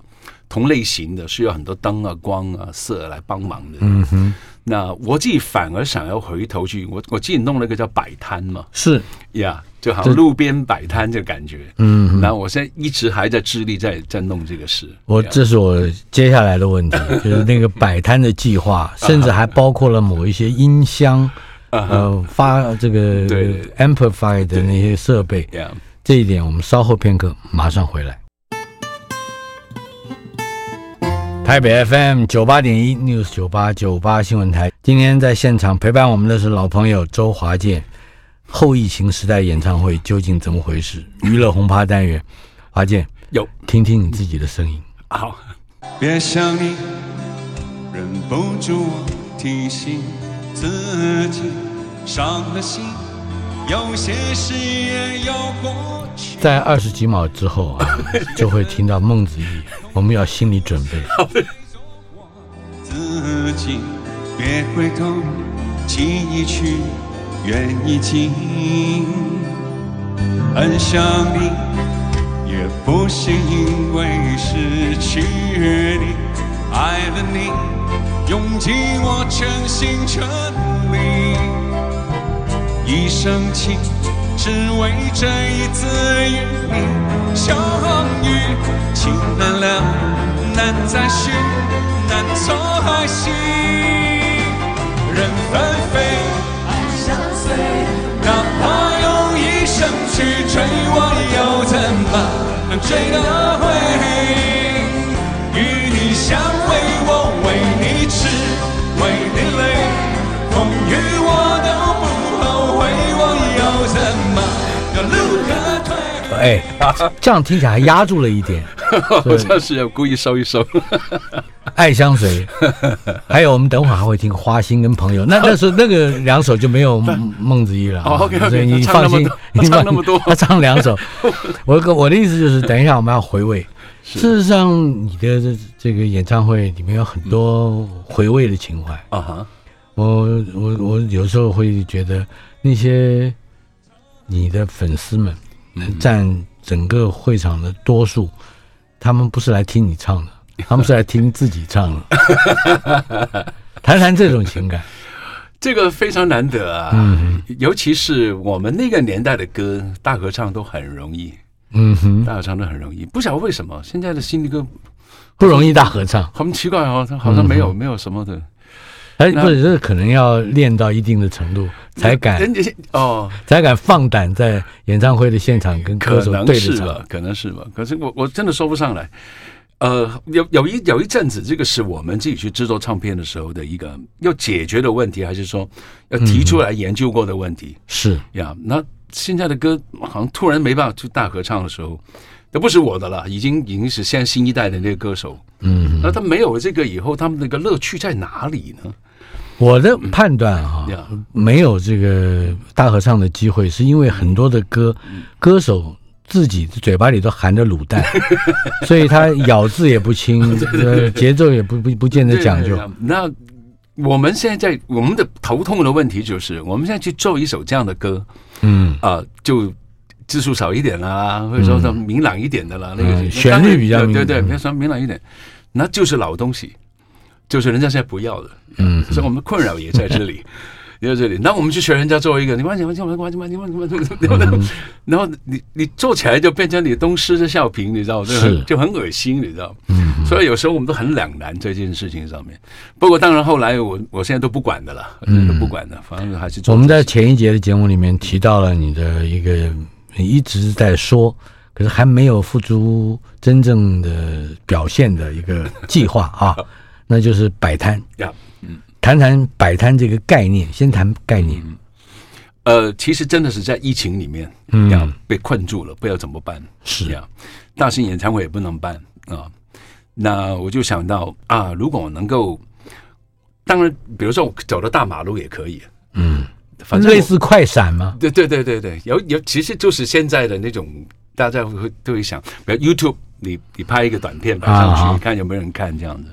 [SPEAKER 3] 同类型的，需要很多灯啊、光啊、色来帮忙的。嗯哼，那我自己反而想要回头去，我我自己弄了一个叫摆摊嘛，
[SPEAKER 2] 是，
[SPEAKER 3] 呀、就好像路边摆摊这个感觉。嗯，然后我现在一直还在致力在在弄这个事。
[SPEAKER 2] 我
[SPEAKER 3] Yeah
[SPEAKER 2] 这是我接下来的问题， 就是那个摆摊的计划，甚至还包括了某一些音箱，呃，发这个
[SPEAKER 3] 对啊对
[SPEAKER 2] amplify 的那些设备。
[SPEAKER 3] 呀。
[SPEAKER 2] 这一点我们稍后片刻马上回来。台北 FM 九八点一 News 九八九八新闻台，今天在现场陪伴我们的是老朋友周华健。后疫情时代演唱会究竟怎么回事？娱乐轰趴单元，华健
[SPEAKER 3] 有
[SPEAKER 2] 听听你自己的声音。
[SPEAKER 3] 好，
[SPEAKER 4] 别想你，忍不住我提醒自己，伤了心，有些事也要过去。
[SPEAKER 2] 在二十几秒之后啊，就会听到孟子义，我们要心理准备。
[SPEAKER 4] 自己，别回头，情已去，缘已尽。很想你，也不是因为失去你，爱了你，用尽我全心全力。一生情，只为这一次与你相遇。情难了，难再续，难从何惜？人纷飞，爱相随，哪怕用一生去追，我又怎么能追得回？与你相偎，我为你痴，为你泪，风雨我都不后悔，我又怎么有路可退？
[SPEAKER 2] 哎，这样听起来还压住了一点。
[SPEAKER 3] 我这是要故意收一收。
[SPEAKER 2] 爱相 随，还有我们等会儿还会听《花心》跟《朋友》。那那时候那个两首就没有孟孟子义了啊。
[SPEAKER 3] 哦，OK，OK，
[SPEAKER 2] 所以你
[SPEAKER 3] 他
[SPEAKER 2] 放
[SPEAKER 3] 唱那
[SPEAKER 2] 心你放
[SPEAKER 3] 么多，他唱那么多
[SPEAKER 2] 他唱两首。我我的意思就是，等一下我们要回味。事实上，你的这这个演唱会里面有很多回味的情怀。
[SPEAKER 3] 啊哈，
[SPEAKER 2] 我我我有时候会觉得那些你的粉丝们占整个会场的多数，他们不是来听你唱 的，他们是来听自己唱的。 谈谈这种情感，
[SPEAKER 3] 这个非常难得啊，
[SPEAKER 2] 嗯
[SPEAKER 3] 尤其是我们那个年代的歌，大合唱都很容易，
[SPEAKER 2] 嗯哼，
[SPEAKER 3] 大合唱都很容易。不晓得为什么现在的新的歌
[SPEAKER 2] 不容易大合唱，
[SPEAKER 3] 很奇怪哦，它好像
[SPEAKER 2] 嗯
[SPEAKER 3] 没有、没有什么的，
[SPEAKER 2] 哎，
[SPEAKER 3] 那
[SPEAKER 2] 或者是可能要练到一定的程度才敢
[SPEAKER 3] 人家哦，
[SPEAKER 2] 才敢放胆在演唱会的现场跟歌
[SPEAKER 3] 可
[SPEAKER 2] 手
[SPEAKER 3] 能
[SPEAKER 2] 对着
[SPEAKER 3] 是
[SPEAKER 2] 唱。
[SPEAKER 3] 吧，可能是吧。可是我我真的说不上来。呃，有有一有一阵子，这个是我们自己去制作唱片的时候的一个要解决的问题，还是说要提
[SPEAKER 2] 嗯
[SPEAKER 3] 出来研究过的问题
[SPEAKER 2] 是
[SPEAKER 3] 呀？那现在的歌好像突然没办法去大合唱的时候，那不是我的了，已经已经是现在新一代的那个歌手，
[SPEAKER 2] 嗯，
[SPEAKER 3] 那他没有这个以后，他们那个乐趣在哪里呢？
[SPEAKER 2] 我的判断哈、
[SPEAKER 3] 嗯呀
[SPEAKER 2] 没有这个大合唱的机会，是因为很多的歌
[SPEAKER 3] 嗯
[SPEAKER 2] 歌手自己嘴巴里都含着卤 蛋，所以他咬字也不清，呃，节奏也不不不见得讲究。
[SPEAKER 3] 对。那我们现在在我们的头痛的问题就是，我们现在去做一首这样的歌，
[SPEAKER 2] 嗯，
[SPEAKER 3] 啊、就字数少一点啦，或者说它明朗一点的啦，那个、
[SPEAKER 2] 嗯
[SPEAKER 3] 那
[SPEAKER 2] 旋律
[SPEAKER 3] 当然
[SPEAKER 2] 比较明
[SPEAKER 3] 对对，
[SPEAKER 2] 嗯
[SPEAKER 3] 比较说明朗一点，那就是老东西，就是人家现在不要的，
[SPEAKER 2] 嗯，
[SPEAKER 3] 所以我们困扰也在这里。也在这里，那我们去学人家做一个，你完全完全完全完全完全完全，然
[SPEAKER 2] 嗯
[SPEAKER 3] 后然后你你做起来就变成你东施的效颦，你知道，就是很就很恶心，你知道。嗯，所以有时候我们都很两难在这件事情上面。不过当然后来我我现在都不管的了，我现在都不管的，反正还是
[SPEAKER 2] 嗯
[SPEAKER 3] 做
[SPEAKER 2] 我们在
[SPEAKER 3] 自己
[SPEAKER 2] 前一节的节目里面提到了你的一个一直在说，可是还没有付出真正的表现的一个计划 啊，那就是摆摊。
[SPEAKER 3] 呀嗯
[SPEAKER 2] 谈谈摆摊这个概念，先谈概念。
[SPEAKER 3] 呃，其实真的是在疫情里面，
[SPEAKER 2] 嗯
[SPEAKER 3] 呀，被困住了，不知道怎么办。
[SPEAKER 2] 是
[SPEAKER 3] 呀，大型演唱会也不能办啊。那我就想到啊，如果我能够，当然，比如说我走到大马路也可以，
[SPEAKER 2] 嗯，
[SPEAKER 3] 反正我
[SPEAKER 2] 类似快闪吗？
[SPEAKER 3] 对对对对对，有有，其实就是现在的那种，大家会都会想，比如 YouTube，你你拍一个短片摆上去，
[SPEAKER 2] 啊
[SPEAKER 3] 看有没有人看这样子。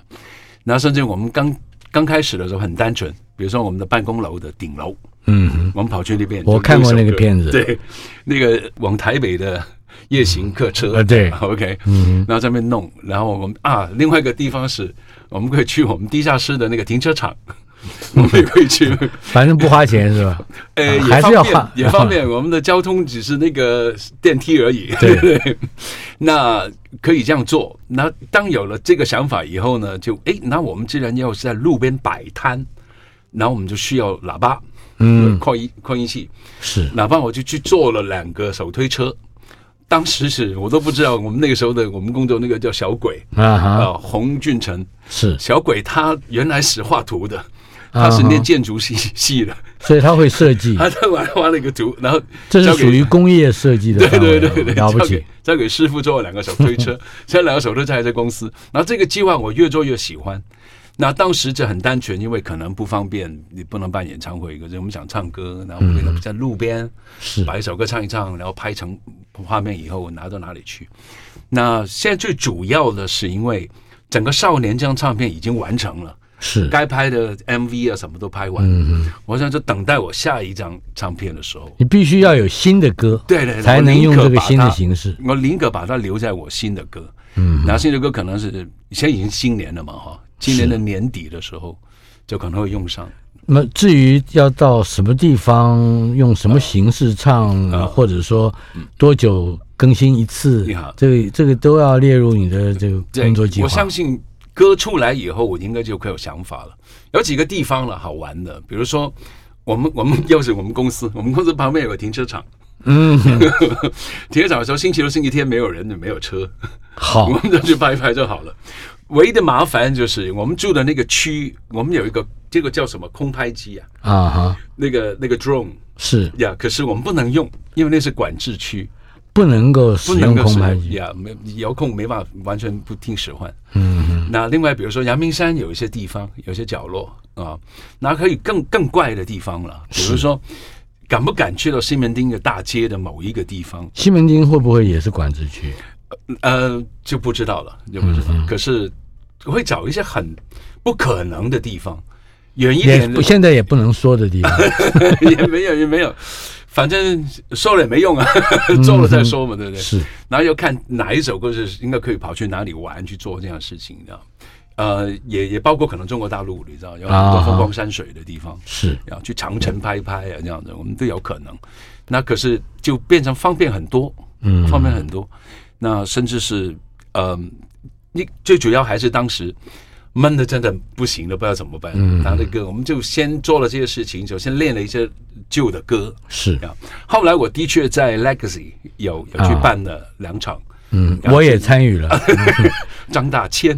[SPEAKER 3] 那甚至我们刚刚开始的时候很单纯，比如说我们的办公楼的顶楼，
[SPEAKER 2] 嗯哼，
[SPEAKER 3] 我们跑去那边，
[SPEAKER 2] 我看过那个片子
[SPEAKER 3] 对，那个往台北的夜行客车，
[SPEAKER 2] 呃对
[SPEAKER 3] ，OK，
[SPEAKER 2] 嗯
[SPEAKER 3] 然后在那边弄，然后我们啊，另外一个地方是，我们可以去我们地下室的那个停车场， 我们也可以去，
[SPEAKER 2] 反正不花钱是 吧？啊
[SPEAKER 3] 呃，也
[SPEAKER 2] 还是要
[SPEAKER 3] 方便
[SPEAKER 2] 花
[SPEAKER 3] 也方便，我们的交通只是那个电梯而已，
[SPEAKER 2] 对
[SPEAKER 3] 那可以这样做。那当有了这个想法以后呢，就诶，那我们既然要是在路边摆摊，然后我们就需要喇叭，呃
[SPEAKER 2] 嗯，
[SPEAKER 3] 扩音扩音器。
[SPEAKER 2] 是
[SPEAKER 3] 哪怕我就去坐了两个手推车，当时是我都不知道，我们那个时候的我们工作那个叫小鬼
[SPEAKER 2] 啊
[SPEAKER 3] 啊、
[SPEAKER 2] 哈，
[SPEAKER 3] 洪俊成，
[SPEAKER 2] 是，
[SPEAKER 3] 小鬼他原来是画图的，他是
[SPEAKER 2] 啊
[SPEAKER 3] 念
[SPEAKER 2] 哈
[SPEAKER 3] 建筑系系的，
[SPEAKER 2] 所以他会设计，
[SPEAKER 3] 他他 画画了一个图，然后
[SPEAKER 2] 这是
[SPEAKER 3] 啊交给
[SPEAKER 2] 属于工业设计的
[SPEAKER 3] 对
[SPEAKER 2] 范围
[SPEAKER 3] 对对对，
[SPEAKER 2] 啊了不
[SPEAKER 3] 交
[SPEAKER 2] 起
[SPEAKER 3] 给。交给师傅做了两个手 推车，现在两个手推车还在公司。然后这个计划我越做越喜欢。那当时这很单纯，因为可能不方便，你不能办演唱会，可是我们想唱歌，然后我们可以在路边
[SPEAKER 2] 是
[SPEAKER 3] 把一首歌唱一唱，然后拍成画面以后拿到哪里去。那现在最主要的是因为整个少年这张唱片已经完成了，
[SPEAKER 2] 是，
[SPEAKER 3] 该拍的 MV 啊什么都拍完，
[SPEAKER 2] 嗯，
[SPEAKER 3] 我想就等待我下一张唱片的时候。
[SPEAKER 2] 你必须要有新的歌，
[SPEAKER 3] 对对对
[SPEAKER 2] 才能用这个新的
[SPEAKER 3] 我宁可把它
[SPEAKER 2] 形式。
[SPEAKER 3] 我宁可把它留在我新的歌。嗯，然后新的歌可能是现在已经新年了嘛，哈，今年的年底的时候就可能会用上。
[SPEAKER 2] 那么至于要到什么地方，用什么形式唱，
[SPEAKER 3] 啊
[SPEAKER 2] 或者说多久更新一次
[SPEAKER 3] 你好，
[SPEAKER 2] 这个这个都要列入你的这个
[SPEAKER 3] 对
[SPEAKER 2] 工作计划。
[SPEAKER 3] 我相信歌出来以后，我应该就会有想法了。有几个地方了好玩的，比如说我们我 们要是我们公司，我们公司旁边有个停车场。
[SPEAKER 2] 嗯，
[SPEAKER 3] 停车场的时候，星期六、星期天没有人，没有车，
[SPEAKER 2] 好
[SPEAKER 3] 我，们就去拍一拍就好了。唯一的麻烦就是我们住的那个区，我们有一个这个叫什么空拍机啊，
[SPEAKER 2] 啊哈，
[SPEAKER 3] 那个那个 drone，
[SPEAKER 2] 是
[SPEAKER 3] 呀可是我们不能用，因为那是管制区，
[SPEAKER 2] 不能够
[SPEAKER 3] 不
[SPEAKER 2] 使
[SPEAKER 3] 能
[SPEAKER 2] 用
[SPEAKER 3] 够
[SPEAKER 2] 空
[SPEAKER 3] 使
[SPEAKER 2] 拍
[SPEAKER 3] 用
[SPEAKER 2] 机。
[SPEAKER 3] 呀，没遥控没办法完全不听使唤。
[SPEAKER 2] 嗯，
[SPEAKER 3] 那另外比如说阳明山有一些地方，有一些角落啊，那可以更更怪的地方了，比如说敢不敢去到西门町的大街的某一个地方，
[SPEAKER 2] 西门町会不会也是管制区？
[SPEAKER 3] 呃，就不知道了，就不知
[SPEAKER 2] 嗯
[SPEAKER 3] 道。可是会找一些很不可能的地方，远一
[SPEAKER 2] 也
[SPEAKER 3] 点的
[SPEAKER 2] 不，现在也不能说的地方。
[SPEAKER 3] 也没有也没有，反正说了也没用啊， 做了再说嘛，对不对？
[SPEAKER 2] 嗯是，
[SPEAKER 3] 然后要看哪一首歌是应该可以跑去哪里玩去做这样的事情，你知道？呃，也也包括可能中国大陆，你知道有很多
[SPEAKER 2] 啊
[SPEAKER 3] 风光山水的地方，
[SPEAKER 2] 是
[SPEAKER 3] 然后去长城拍一拍啊，这样子我们都有可能。那可是就变成方便很多，
[SPEAKER 2] 嗯
[SPEAKER 3] 方便很多。那甚至是呃，你最主要还是当时闷的真的不行了，不知道怎么办。
[SPEAKER 2] 嗯
[SPEAKER 3] 拿那个我们就先做了这些事情，就先练了一些旧的歌，
[SPEAKER 2] 是
[SPEAKER 3] 后来我的确在 Legacy 有有去办了两场，
[SPEAKER 2] 嗯，我也参与了，
[SPEAKER 3] 张大千，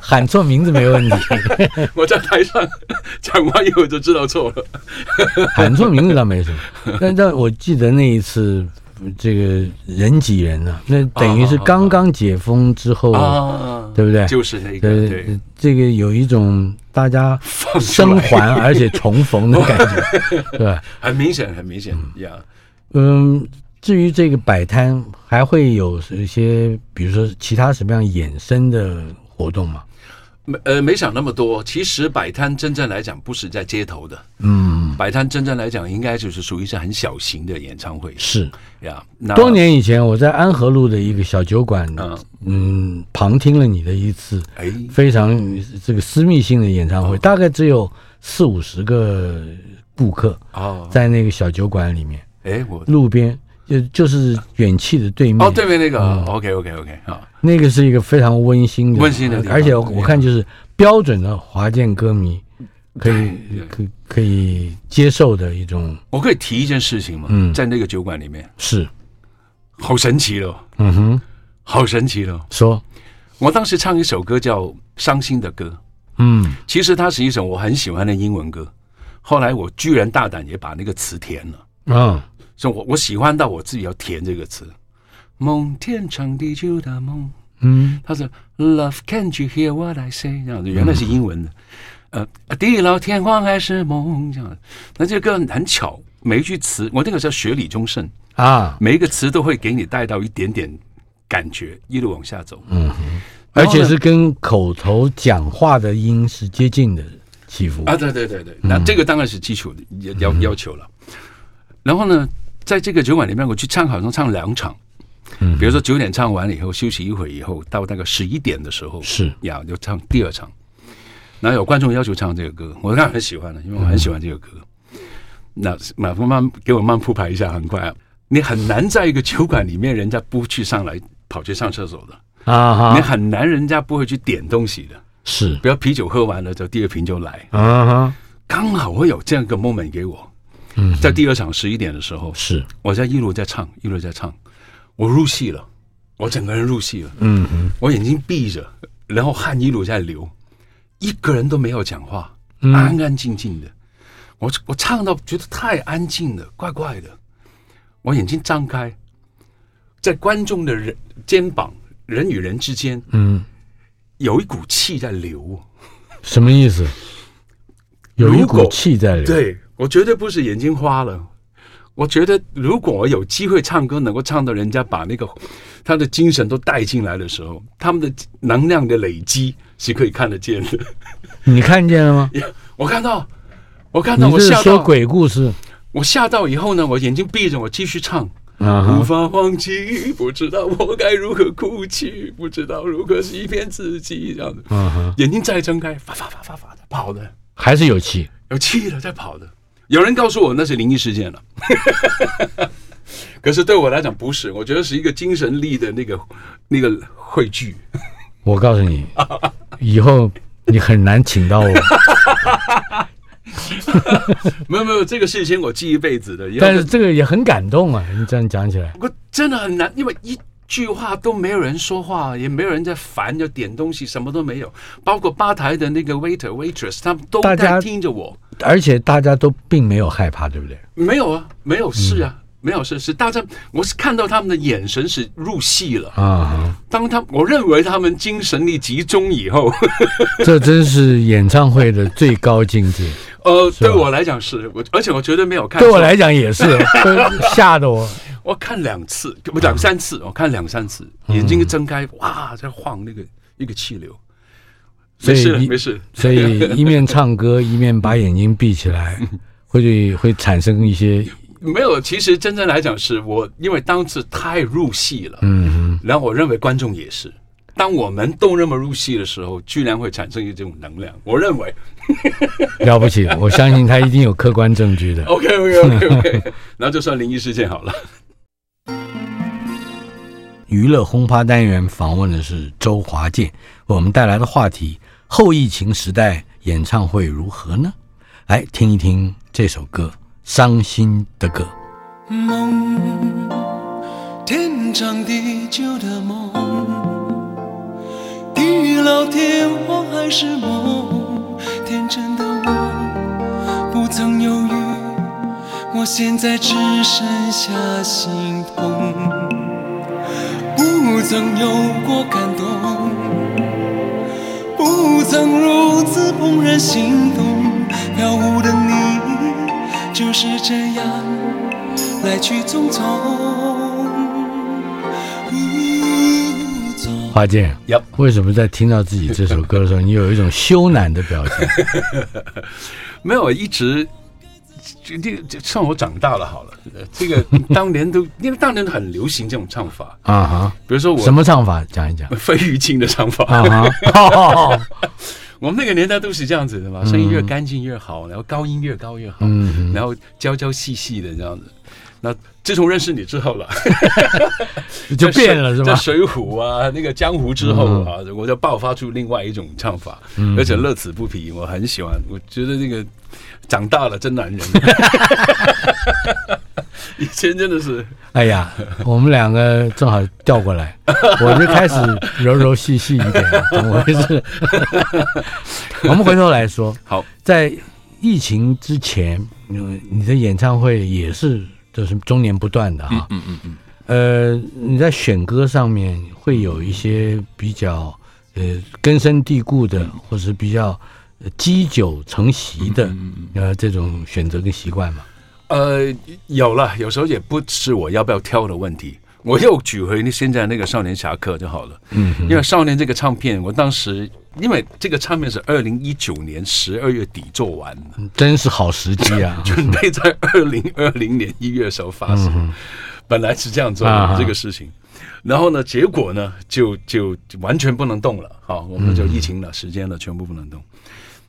[SPEAKER 2] 喊错名字没问题，
[SPEAKER 3] 我在台上 讲完以后就知道错了。
[SPEAKER 2] 喊错名字倒没什么。但但我记得那一次，这个人挤人呢、那等于是刚刚解封之后，
[SPEAKER 3] 啊，
[SPEAKER 2] 对不对？
[SPEAKER 3] 就是那个
[SPEAKER 2] 呃
[SPEAKER 3] 对，，
[SPEAKER 2] 这个有一种大家生还而且重逢的感 觉，对吧？
[SPEAKER 3] 很明显，很明显呀。
[SPEAKER 2] 嗯，至于这个摆摊，还会有一些，比如说其他什么样衍生的活动吗？
[SPEAKER 3] 没呃，没想那么多。其实摆摊真正来讲，不是在街头的，
[SPEAKER 2] 嗯，
[SPEAKER 3] 摆摊真正来讲，应该就是属于是很小型的演唱会
[SPEAKER 2] 是。
[SPEAKER 3] 呀。那
[SPEAKER 2] 多年以前，我在安和路的一个小酒馆，
[SPEAKER 3] 嗯
[SPEAKER 2] 嗯，旁听了你的一次
[SPEAKER 3] 哎，
[SPEAKER 2] 非常这个私密性的演唱会，大概只有四五十个顾客
[SPEAKER 3] 哦，
[SPEAKER 2] 在那个小酒馆里面，
[SPEAKER 3] 哎，我
[SPEAKER 2] 路边就就是远气的对面，
[SPEAKER 3] 哦，对面那个，OK OK OK 啊，
[SPEAKER 2] 那个是一个非常温馨的
[SPEAKER 3] 温馨的地方
[SPEAKER 2] 而且我看就是标准的华健歌迷可以可以可以接受的一种
[SPEAKER 3] 我可以提一件事情吗？
[SPEAKER 2] 嗯
[SPEAKER 3] 在那个酒馆里面，
[SPEAKER 2] 事。
[SPEAKER 3] 好神奇咯，
[SPEAKER 2] 嗯哼，
[SPEAKER 3] 好神奇咯。
[SPEAKER 2] 说，
[SPEAKER 3] 我当时唱一首歌叫《伤心的歌》，
[SPEAKER 2] 嗯
[SPEAKER 3] 其实它是一首我很喜欢的英文歌，后来我居然大胆也把那个词填了。
[SPEAKER 2] 嗯，
[SPEAKER 3] 所以我我喜欢到我自己要填这个词。梦，天长地久的梦。
[SPEAKER 2] 嗯，
[SPEAKER 3] 他说 Love, can't you hear what I say？这样子，原来是英文的。呃，地老天荒还是梦这样子。那这个歌很巧，每一句词，我那个时候学李宗盛，
[SPEAKER 2] 啊，
[SPEAKER 3] 每一个词都会给你带到一点点感觉，一路往下走。嗯，
[SPEAKER 2] 而且是跟口头讲话的音是接近的起伏。
[SPEAKER 3] 啊，对对对对，
[SPEAKER 2] 嗯
[SPEAKER 3] 那这个当然是基础的要要要求了。然后呢，在这个酒馆里面，我去唱好像唱两场，
[SPEAKER 2] 嗯
[SPEAKER 3] 比如说九点唱完了以后，休息一会儿以后，到大概十一点的时候，
[SPEAKER 2] 是
[SPEAKER 3] 呀，就唱第二场。然后有观众要求唱这个歌，我当然很喜欢了，因为我很喜欢这个歌。那马慢慢给我慢铺排一下，很快、啊。你很难在一个酒馆里面，人家不去上来跑去上厕所的，
[SPEAKER 2] 啊
[SPEAKER 3] 你
[SPEAKER 2] 哈，
[SPEAKER 3] 很难人家不会去点东西的。
[SPEAKER 2] 是
[SPEAKER 3] 比如啤酒喝完了，就第二瓶就来，
[SPEAKER 2] 啊哈，
[SPEAKER 3] 刚好我有这样一个 moment 给我，
[SPEAKER 2] 嗯，
[SPEAKER 3] 在第二场十一点的时候，
[SPEAKER 2] 是，
[SPEAKER 3] 我在一路在唱，一路在唱，我入戏了，我整个人入戏了，
[SPEAKER 2] 嗯哼，
[SPEAKER 3] 我眼睛闭着，然后汗一路在流，一个人都没有讲话，
[SPEAKER 2] 嗯
[SPEAKER 3] 安安静静的，我我唱到觉得太安静了，怪怪的，我眼睛张开，在观众的人肩膀，人与人之间
[SPEAKER 2] 嗯，
[SPEAKER 3] 有一股气在流，
[SPEAKER 2] 什么意思？有一
[SPEAKER 3] 如
[SPEAKER 2] 股
[SPEAKER 3] 果
[SPEAKER 2] 气在里。，
[SPEAKER 3] 对我绝对不是眼睛花了。我觉得，如果我有机会唱歌，能够唱到人家把那个他的精神都带进来的时候，他们的能量的累积是可以看得见的。
[SPEAKER 2] 你看见了吗？
[SPEAKER 3] 我看到，我看到，
[SPEAKER 2] 你
[SPEAKER 3] 哎我
[SPEAKER 2] 这是
[SPEAKER 3] 吓
[SPEAKER 2] 说
[SPEAKER 3] 到，
[SPEAKER 2] 鬼故事
[SPEAKER 3] 我吓到以后呢，我眼睛闭着，我继续唱，
[SPEAKER 2] 啊
[SPEAKER 3] 无
[SPEAKER 2] 哈？
[SPEAKER 3] 法忘记，不知道我该如何哭泣，不知道如何欺骗自己，这样子，
[SPEAKER 2] 嗯哼，
[SPEAKER 3] 眼睛再睁开，发发发发发的跑的，
[SPEAKER 2] 还是有气。
[SPEAKER 3] 有气了在跑的。有人告诉我那是灵异事件了， 可是对我来讲不是，我觉得是一个精神力的那个那个汇聚。
[SPEAKER 2] 我告诉你，以后你很难请 到我。
[SPEAKER 3] 没有没有，这个事情我记一辈子的，以后
[SPEAKER 2] 但是这个也很感动啊！你这样讲起来，
[SPEAKER 3] 我真的很难，因为一句话都没有人说话，也没有人在烦，就点东西，什么都没有。包括吧台的那个 waiter waitress，他们都
[SPEAKER 2] 大家
[SPEAKER 3] 在听着我，
[SPEAKER 2] 而且大家都并没有害怕，对不对？
[SPEAKER 3] 没有啊，没有事
[SPEAKER 2] 嗯
[SPEAKER 3] 啊，没有事，是大家，我是看到他们的眼神是入戏了。
[SPEAKER 2] 啊，
[SPEAKER 3] 当他我认为他们精神力集中以后。
[SPEAKER 2] 这真是演唱会的最高境 界。
[SPEAKER 3] 呃，
[SPEAKER 2] 吧
[SPEAKER 3] 对我来讲是我，而且我绝对没有看错。
[SPEAKER 2] 对我来讲也是，都吓得 我。
[SPEAKER 3] 我看两次，不两三次，我看两三次，
[SPEAKER 2] 嗯
[SPEAKER 3] 眼睛一睁开，哇，在晃那个一个气流。
[SPEAKER 2] 所
[SPEAKER 3] 没
[SPEAKER 2] 以
[SPEAKER 3] 事，
[SPEAKER 2] 你
[SPEAKER 3] 没事。
[SPEAKER 2] 所以一面唱歌，一面把眼睛闭起来，会会产生一些
[SPEAKER 3] 没有，其实真正来讲是我，因为当时太入戏了，
[SPEAKER 2] 嗯，
[SPEAKER 3] 然后我认为观众也是。当我们都那么入戏的时候，居然会产生一种能量。我认为
[SPEAKER 2] 了不起。我相信他一定有客观证据的。
[SPEAKER 3] ，OK OK OK OK，然后 就算灵异事件好了。
[SPEAKER 2] 娱乐轰趴单元访问的是周华健，为我们带来的话题：后疫情时代演唱会如何呢？来听一听这首歌《伤心的歌》。
[SPEAKER 4] 梦，天
[SPEAKER 5] 长地久的梦，地狱老天荒还是梦，天真的我不曾犹豫，我现在只剩下心痛，不曾有过感动，不曾如此怦然心动，飘忽的你就是这样来去匆匆。无踪
[SPEAKER 2] 花姐
[SPEAKER 3] Yep
[SPEAKER 2] 为什么在听到自己这首歌的时候，你有一种羞赧的表情？
[SPEAKER 3] 没有，一直就就就算我长大了好了。呃这个当年都因为当年很流行这种唱法，
[SPEAKER 2] 啊哈，
[SPEAKER 3] 比如说
[SPEAKER 2] 什
[SPEAKER 3] 我
[SPEAKER 2] 么唱法？讲一讲。
[SPEAKER 3] 费玉清的唱法，
[SPEAKER 2] 啊哈，
[SPEAKER 3] 我们那个年代都是这样子的嘛，声音越干净越好，然后高音越高越好，
[SPEAKER 2] 嗯
[SPEAKER 3] 然后娇娇细细的这样子。那自从认识你之后了，
[SPEAKER 2] 就变了是
[SPEAKER 3] 在
[SPEAKER 2] 吧？
[SPEAKER 3] 水浒啊，那个江湖之后啊，我就爆发出另外一种唱法，而且乐此不疲，我很喜欢。我觉得那个长大了真男人， 以前真的是
[SPEAKER 2] 哎 呀，我们两个正好调过 来，我就开始柔柔细细一点，怎么回 事？我们回头来说，
[SPEAKER 3] 好，
[SPEAKER 2] 在疫情之前，嗯你的演唱会也是就是中年不断的哈，嗯嗯嗯，呃，你在选歌上面会有一些比较呃根深蒂固的，或是比较呃积久成习的呃这种选择跟习惯嘛？
[SPEAKER 3] 呃，有了，有时候也不是我要不要挑的问题。我又举回那现在那个少年侠客就好了，嗯，因为少年这个唱片，我当时因为这个唱片是二零一九年十二月底做完的，
[SPEAKER 2] 真是好时机 啊！
[SPEAKER 3] 准备在二零二零年一月时候发行，本来是这样
[SPEAKER 2] 嗯
[SPEAKER 3] 做
[SPEAKER 2] 啊
[SPEAKER 3] 的这个事情，然后呢，结果呢，就就就完全不能动了，好，我们
[SPEAKER 2] 嗯
[SPEAKER 3] 就疫情了，时间了，全部不能动。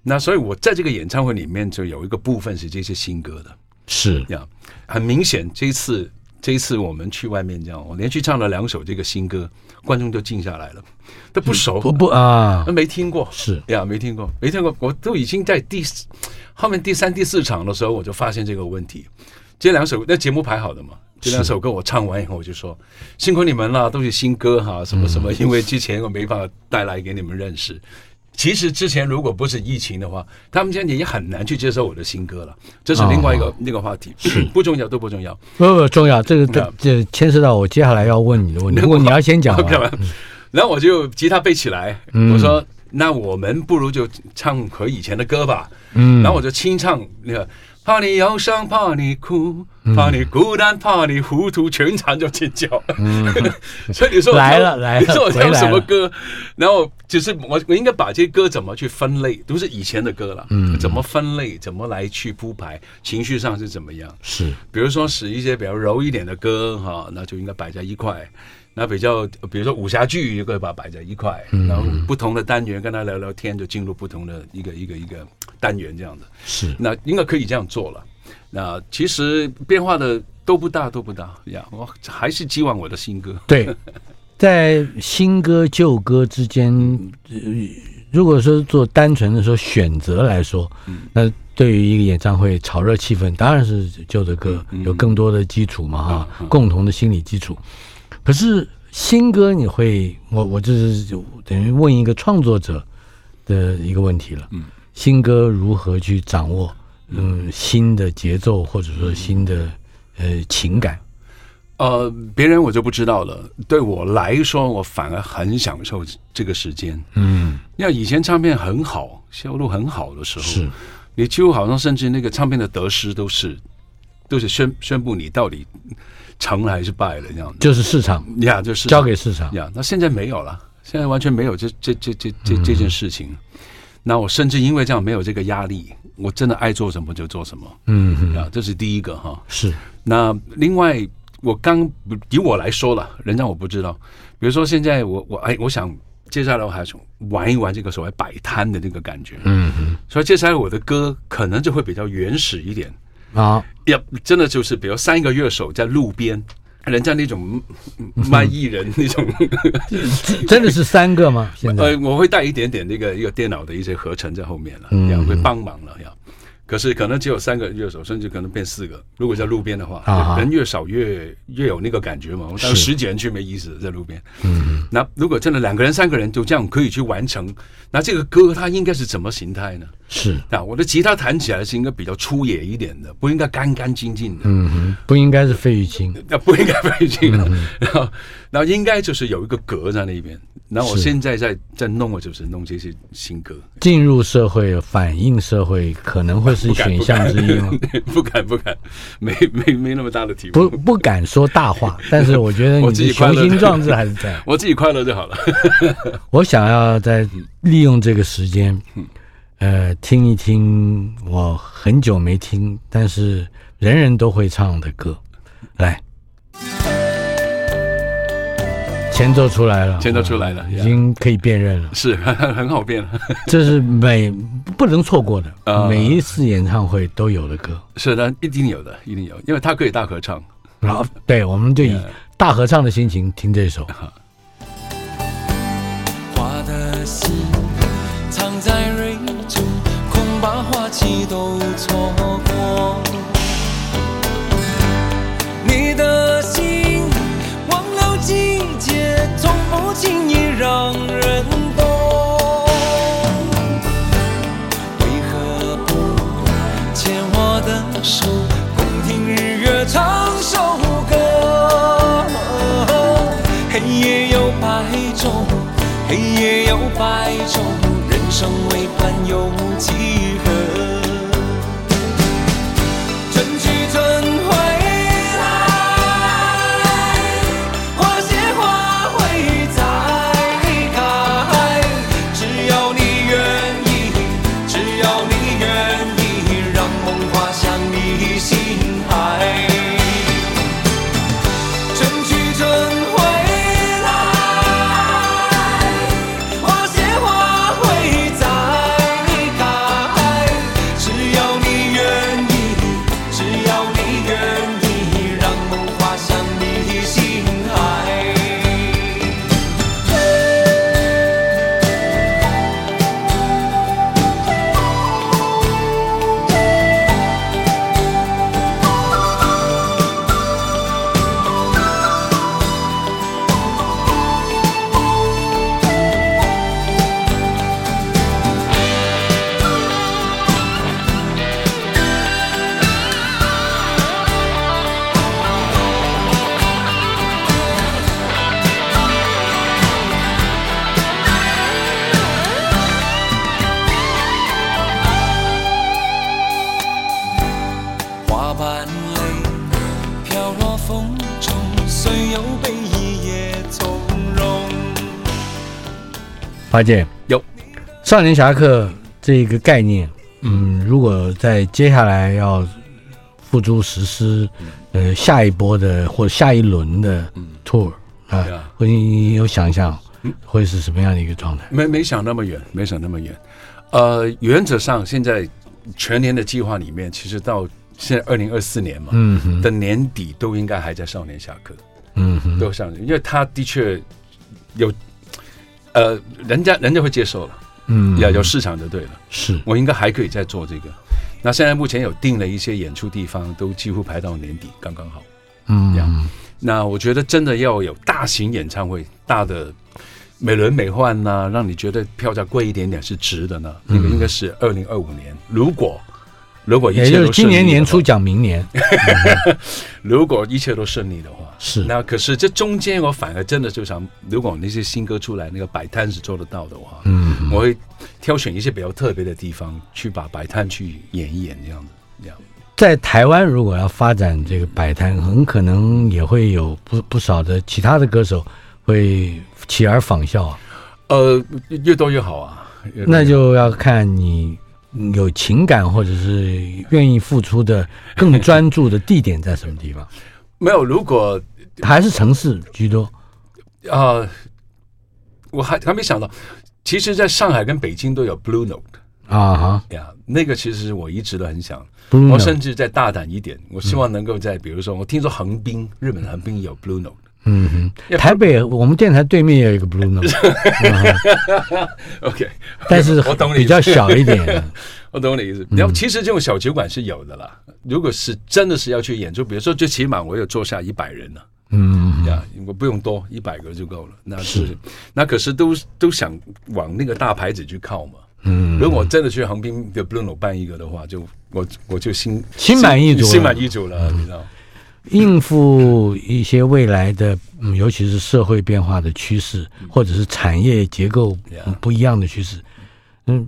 [SPEAKER 3] 那所以，我在这个演唱会里面就有一个部分是这些新歌的，
[SPEAKER 2] 是
[SPEAKER 3] 呀，很明显，这一次这一次我们去外面这样，我连续唱了两首这个新歌，观众就静下来了，都不熟，
[SPEAKER 2] 不不啊
[SPEAKER 3] 那，没听过，
[SPEAKER 2] 是
[SPEAKER 3] 呀，没听过，没听过，我都已经在第四后面第三、第四场的时候，我就发现这个问题。这两首那节目排好的嘛，这两首歌我唱完以后，我就说辛苦你们了，都是新歌哈，什么什么，因为之前我没办法带来给你们认识。其实之前如果不是疫情的话，他们现在也很难去接受我的新歌了，这是另外一个、那个话题，不重要都不重要。
[SPEAKER 2] 不不重要，这个这
[SPEAKER 3] 嗯
[SPEAKER 2] 这牵涉到我接下来要问你的问 题。如果你要先讲啊嗯
[SPEAKER 3] 干嘛
[SPEAKER 2] 完，？
[SPEAKER 3] 然后我就吉他背起来，我说那我们不如就唱回以前的歌吧。
[SPEAKER 2] 嗯
[SPEAKER 3] 然后我就清唱那个。怕你忧伤，怕你哭，
[SPEAKER 2] 嗯
[SPEAKER 3] 怕你孤单，怕你糊涂，全场就尖叫。 所以你说我
[SPEAKER 2] 嗯来了
[SPEAKER 3] 唱
[SPEAKER 2] 来了
[SPEAKER 3] 你说我
[SPEAKER 2] 回
[SPEAKER 3] 唱
[SPEAKER 2] 来
[SPEAKER 3] 什么
[SPEAKER 2] 了
[SPEAKER 3] 歌？然后就是我我应该把这些歌怎么去分类，都是以前的歌了。嗯，怎么分类，怎么来去铺排，情绪上是怎么样？
[SPEAKER 2] 是
[SPEAKER 3] 比如说使一些比较柔一点的歌哈，那就应该摆在一块。那比较，比如说武侠剧，也可以把它摆在一块，
[SPEAKER 2] 嗯
[SPEAKER 3] 然后不同的单元跟他聊聊天，就进入不同的一个一个一个单元这样子。
[SPEAKER 2] 是，
[SPEAKER 3] 那应该可以这样做了。那其实变化的都不大，都不大呀。我还是希望我的新歌。
[SPEAKER 2] 对，在新歌旧歌之间，呃如果说做单纯的说选择来说，那对于一个演唱会炒热气氛，当然是旧的歌有更多的基础嘛哈，共同的心理基础。可是新歌你会，我我这是就等于问一个创作者的一个问题了。嗯，新歌如何去掌握嗯新的节奏，或者说新的呃情感？
[SPEAKER 3] 呃，别人我就不知道了。对我来说，我反而很享受这个时间。
[SPEAKER 2] 嗯，
[SPEAKER 3] 因为以前唱片很好，销路很好的时候，
[SPEAKER 2] 是
[SPEAKER 3] 你几乎好像甚至那个唱片的得失都是都是宣宣布你到底成了还是败了这样的。
[SPEAKER 2] 就是市场
[SPEAKER 3] 呀，就是
[SPEAKER 2] 交给市场。
[SPEAKER 3] 呀，那现在没有了，现在完全没有这这这这
[SPEAKER 2] 嗯
[SPEAKER 3] 这这件事情。那我甚至因为这样没有这个压力，我真的爱做什么就做什么。
[SPEAKER 2] 嗯哼，
[SPEAKER 3] 呀，这是第一个哈。
[SPEAKER 2] 是
[SPEAKER 3] 那另外，我刚以我来说了，人家我不知道。比如说现在我我哎，我想接下来我还想玩一玩这个所谓摆摊的这个感觉。嗯嗯。所以接下来我的歌可能就会比较原始一点。
[SPEAKER 2] 啊，
[SPEAKER 3] 呀，真的就是，比如三个乐手在路边，人家那种嗯卖艺人那种
[SPEAKER 2] 真的是三个吗？现在
[SPEAKER 3] 呃
[SPEAKER 2] 嗯
[SPEAKER 3] 呃，我会带一点点那个一个电脑的一些合成在后面了，呀，会帮忙了呀。可是可能只有三个乐手，甚至可能变四个。如果在路边的话，
[SPEAKER 2] 啊哈
[SPEAKER 3] 人越少越越有那个感觉嘛。我当
[SPEAKER 2] 是
[SPEAKER 3] 时十几人去没意思，在路边。嗯，那如果真的两个人、三个人就这样可以去完成，那这个歌它应该是怎么形态呢？
[SPEAKER 2] 是，
[SPEAKER 3] 啊，我的吉他弹起来是应该比较粗野一点的，不应该干干净净的。
[SPEAKER 2] 嗯哼，不应该是费玉清，
[SPEAKER 3] 那不应该费劲
[SPEAKER 2] 嗯
[SPEAKER 3] 了， 然后，然后应该就是有一个格在那边。然后我
[SPEAKER 2] 是
[SPEAKER 3] 现在在在弄的就是弄这些新歌，
[SPEAKER 2] 进入社会、反映社会可能会是
[SPEAKER 3] 不敢
[SPEAKER 2] 选项之一吗？
[SPEAKER 3] 不敢不敢，没没没那么大的题
[SPEAKER 2] 不
[SPEAKER 3] 目，
[SPEAKER 2] 不敢说大 话，但是我觉得你
[SPEAKER 3] 我自
[SPEAKER 2] 的
[SPEAKER 3] 己快
[SPEAKER 2] 雄
[SPEAKER 3] 乐
[SPEAKER 2] 心壮志还是在。
[SPEAKER 3] 我自己快乐就好了。
[SPEAKER 2] 我想要再利用这个时间，
[SPEAKER 3] 嗯
[SPEAKER 2] 呃，听一听我很久没听，但是人人都会唱的歌，来，前奏出来了，
[SPEAKER 3] 前奏出来了
[SPEAKER 2] 啊
[SPEAKER 3] yeah
[SPEAKER 2] 已经可以辨认了，
[SPEAKER 3] 是很好变，
[SPEAKER 2] 这是每不能错过的，
[SPEAKER 3] 啊
[SPEAKER 2] 每一次演唱会都有的歌。
[SPEAKER 3] 是的，一定有的，一定有，因为它可以大合唱。
[SPEAKER 2] 然后，对，我们就以
[SPEAKER 3] Yeah
[SPEAKER 2] 大合唱的心情听这首。
[SPEAKER 4] 花的心藏在蕊中，恐怕花期都错过。你的心忘了季节，从不轻易让人懂。为何不牵我的手，共听日月唱首歌？哦黑夜有白昼，黑夜有白昼，人生为伴有几何？春去春回来，花谢花会再开。只要你愿意，只要你愿意，让梦滑向你心海。春去春回来，花谢花会再开。只要你愿意，只要你愿意，让梦滑向你心海。花瓣泪飘落风中，虽有被一夜从容。
[SPEAKER 2] 花姐
[SPEAKER 3] 有
[SPEAKER 2] 少年侠客这个概念，嗯，如果在接下来要付诸实施，
[SPEAKER 3] 嗯
[SPEAKER 2] 呃，下一波的或下一轮的 tour 啊
[SPEAKER 3] 对啊，
[SPEAKER 2] 会你有想象
[SPEAKER 3] 嗯
[SPEAKER 2] 会是什么样的一个状态？
[SPEAKER 3] 没没想那么远，没想那么远。呃，原则上现在全年的计划里面，其实到现在二零二四年嘛，
[SPEAKER 2] 嗯哼，
[SPEAKER 3] 的年底都应该还在少年侠客。
[SPEAKER 2] 嗯哼，
[SPEAKER 3] 都上，因为他的确有，呃，人家人家会接受了，
[SPEAKER 2] 嗯，
[SPEAKER 3] 要有市场就对了。
[SPEAKER 2] 是
[SPEAKER 3] 我应该还可以再做这个。那现在目前有定了一些演出地方，都几乎排到年底，刚刚好。
[SPEAKER 2] 嗯
[SPEAKER 3] 呀那我觉得真的要有大型演唱会，大的美轮美奂呐、让你觉得票价贵一点点是值的呢。那
[SPEAKER 2] 嗯
[SPEAKER 3] 个应该是二零二五年，如果如果一
[SPEAKER 2] 也
[SPEAKER 3] 切
[SPEAKER 2] 就是
[SPEAKER 3] 都
[SPEAKER 2] 今
[SPEAKER 3] 顺利的
[SPEAKER 2] 年
[SPEAKER 3] 话
[SPEAKER 2] 年初讲明年，
[SPEAKER 3] 如果一切都顺利的话，
[SPEAKER 2] 是
[SPEAKER 3] 那可是这中间我反而真的就想，如果那些新歌出来，那个摆摊是做得到的话，
[SPEAKER 2] 嗯，
[SPEAKER 3] 我会挑选一些比较特别的地方去把摆摊去演一演，这样子，这样
[SPEAKER 2] 在台湾如果要发展这个摆摊，很可能也会有不不少的其他的歌手会起而仿效啊。
[SPEAKER 3] 呃，越多越好啊。越多越好
[SPEAKER 2] 那就要看你有情感或者是愿意付出的更专注的地点在什么地 方，
[SPEAKER 3] 没有。如果
[SPEAKER 2] 还是城市居多。
[SPEAKER 3] 啊，我还还没想到，其实在上海跟北京都有 Blue Note
[SPEAKER 2] 啊哈
[SPEAKER 3] 呀，那个其实我一直都很想。我
[SPEAKER 2] 嗯，Bruno，
[SPEAKER 3] 甚至再大胆一点，我希望能够在比如说，我听说横滨，日本横滨有 Blue Note，
[SPEAKER 2] 嗯哼，台北我们电台对面也有一个 Blue Note，
[SPEAKER 3] OK，
[SPEAKER 2] 但是
[SPEAKER 3] 我懂你
[SPEAKER 2] 比较小一点。
[SPEAKER 3] 我懂你意
[SPEAKER 2] 嗯
[SPEAKER 3] 思。然后其实这种小酒馆是有的啦。如果是真的是要去演出，比如说最起码我有坐下一百人呢、
[SPEAKER 2] 嗯，
[SPEAKER 3] 呀，我不用多，一百个就够了。那是那可是都都想往那个大牌子去靠嘛。嗯，如果我真的去横滨的 Blue Note 办一个的话，就我我就心
[SPEAKER 2] 心满意足了
[SPEAKER 3] 心满意足了，你知道。
[SPEAKER 2] 应付一些未来的，嗯，尤其是社会变化的趋势，或者是产业结构
[SPEAKER 3] 嗯 Yeah
[SPEAKER 2] 不一样的趋势，嗯，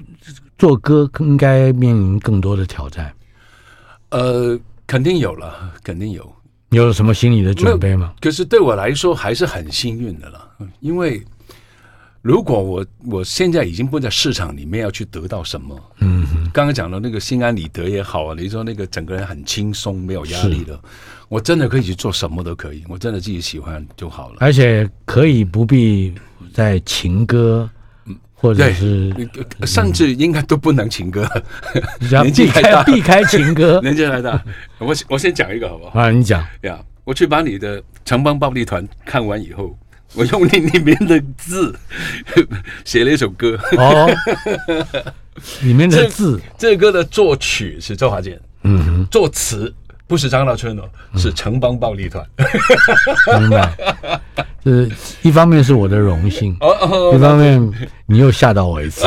[SPEAKER 2] 做歌应该面临更多的挑战。嗯
[SPEAKER 3] 呃，肯定有了，肯定有。
[SPEAKER 2] 你有什么心理的准备吗？
[SPEAKER 3] 可是对我来说还是很幸运的了，因为如果我我现在已经不在市场里面要去得到什么，嗯，刚刚讲的那个心安理得也好啊，你说那个整个人很轻松，没有压力的，我真的可以去做什么都可以，我真的自己喜欢就好了。
[SPEAKER 2] 而且可以不必在情歌，或者
[SPEAKER 3] 对
[SPEAKER 2] 是，
[SPEAKER 3] 呃甚至应该都不能情 歌，
[SPEAKER 2] 只要
[SPEAKER 3] 年纪
[SPEAKER 2] 避
[SPEAKER 3] 太大
[SPEAKER 2] 开避开情 歌
[SPEAKER 3] 年纪来的，我我先讲一个好不好？
[SPEAKER 2] 啊，你讲
[SPEAKER 3] 呀，我去把你的《城邦暴力团》看完以后，我用你里面的字 写了一首歌。
[SPEAKER 2] 哦，里面的
[SPEAKER 3] 这
[SPEAKER 2] 字，
[SPEAKER 3] 这个歌的作曲是周华健，
[SPEAKER 2] 嗯哼。嗯
[SPEAKER 3] 作词不是张大春哦，是城邦暴 力团。
[SPEAKER 2] 明白。就是一方面是我的荣幸，
[SPEAKER 3] 哦哦，
[SPEAKER 2] 一方面你又吓到我一次。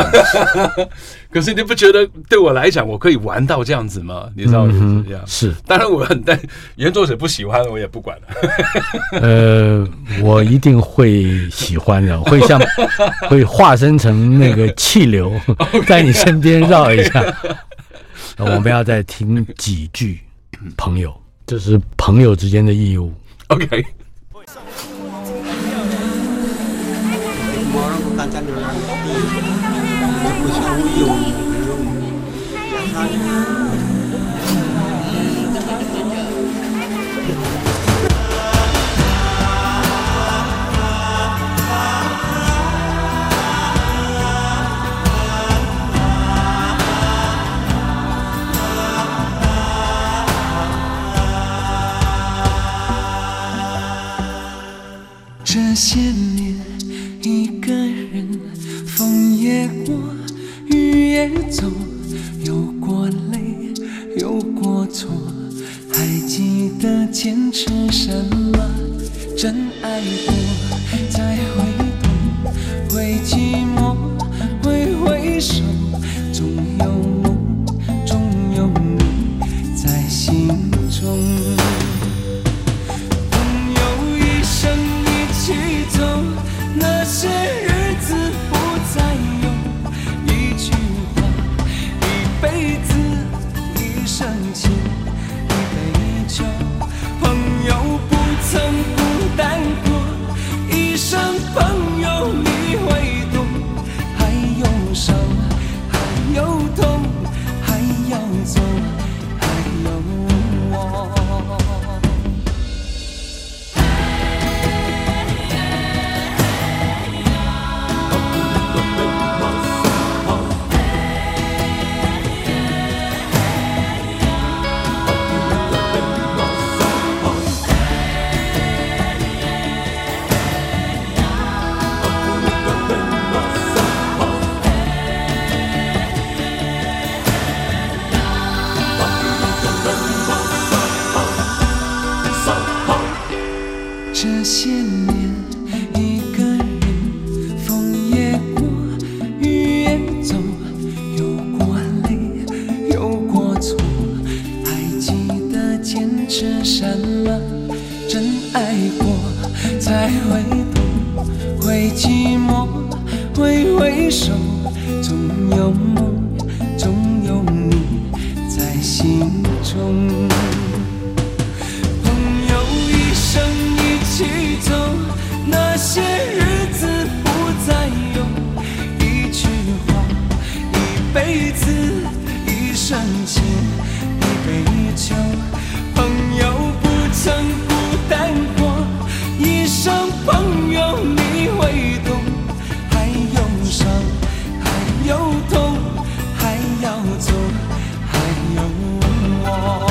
[SPEAKER 3] 可是你不觉得对我来讲，我可以玩到这样子吗？你知道 就是啊这样。
[SPEAKER 2] 嗯是，
[SPEAKER 3] 当然，我很担原作者不喜欢，我也不管 了。
[SPEAKER 2] 呃，我一定会喜欢的，会像会化身成那个气流，在你身边绕一下。呃我们要再听几句，朋友，这是朋友之间的义务。
[SPEAKER 3] OK，
[SPEAKER 6] 毛大家里边儿地，互相有
[SPEAKER 4] 这些年，一个人风也过，雨也走，有过累，有过错，还记得坚持什么？真爱过，才会懂，会寂寞，会回首，总有梦，总有你在心中。朋友一生一起走，那些日子不再有。一句话，一辈子，一生情，一杯酒。朋友不曾孤单过，一生朋友你会懂。还有伤，还有痛，还要走，还有我。这些年，一个人风也过，雨也走，有过累，有过错，还记得坚持什么？真爱过才会懂，会寂寞，挥挥手，总有梦，总有你在心中。朋友一生一起走，那些日子不再有。一句话，一辈子，一生情，一杯酒。朋友不曾孤单过，一生朋友你会懂。还有伤，还有痛，还要走，还有我。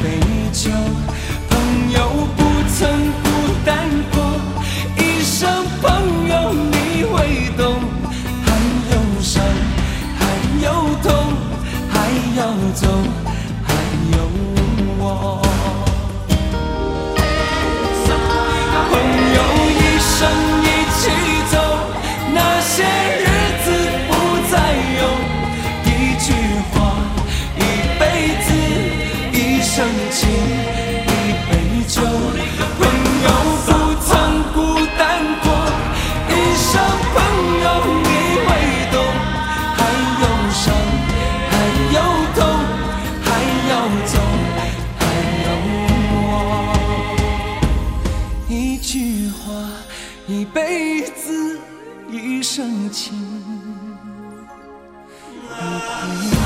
[SPEAKER 4] 杯酒，朋友不曾孤单过，一生朋友你会懂，还有伤，还有痛，还要走，还有我。朋友一生一起走，那些日子不再有。一句话，一辈子，一生情，一杯酒。朋友不曾孤单过，一生朋友你会懂。还有伤，还有痛，还要走，还有我。一句话，一辈子，一生情。一辈子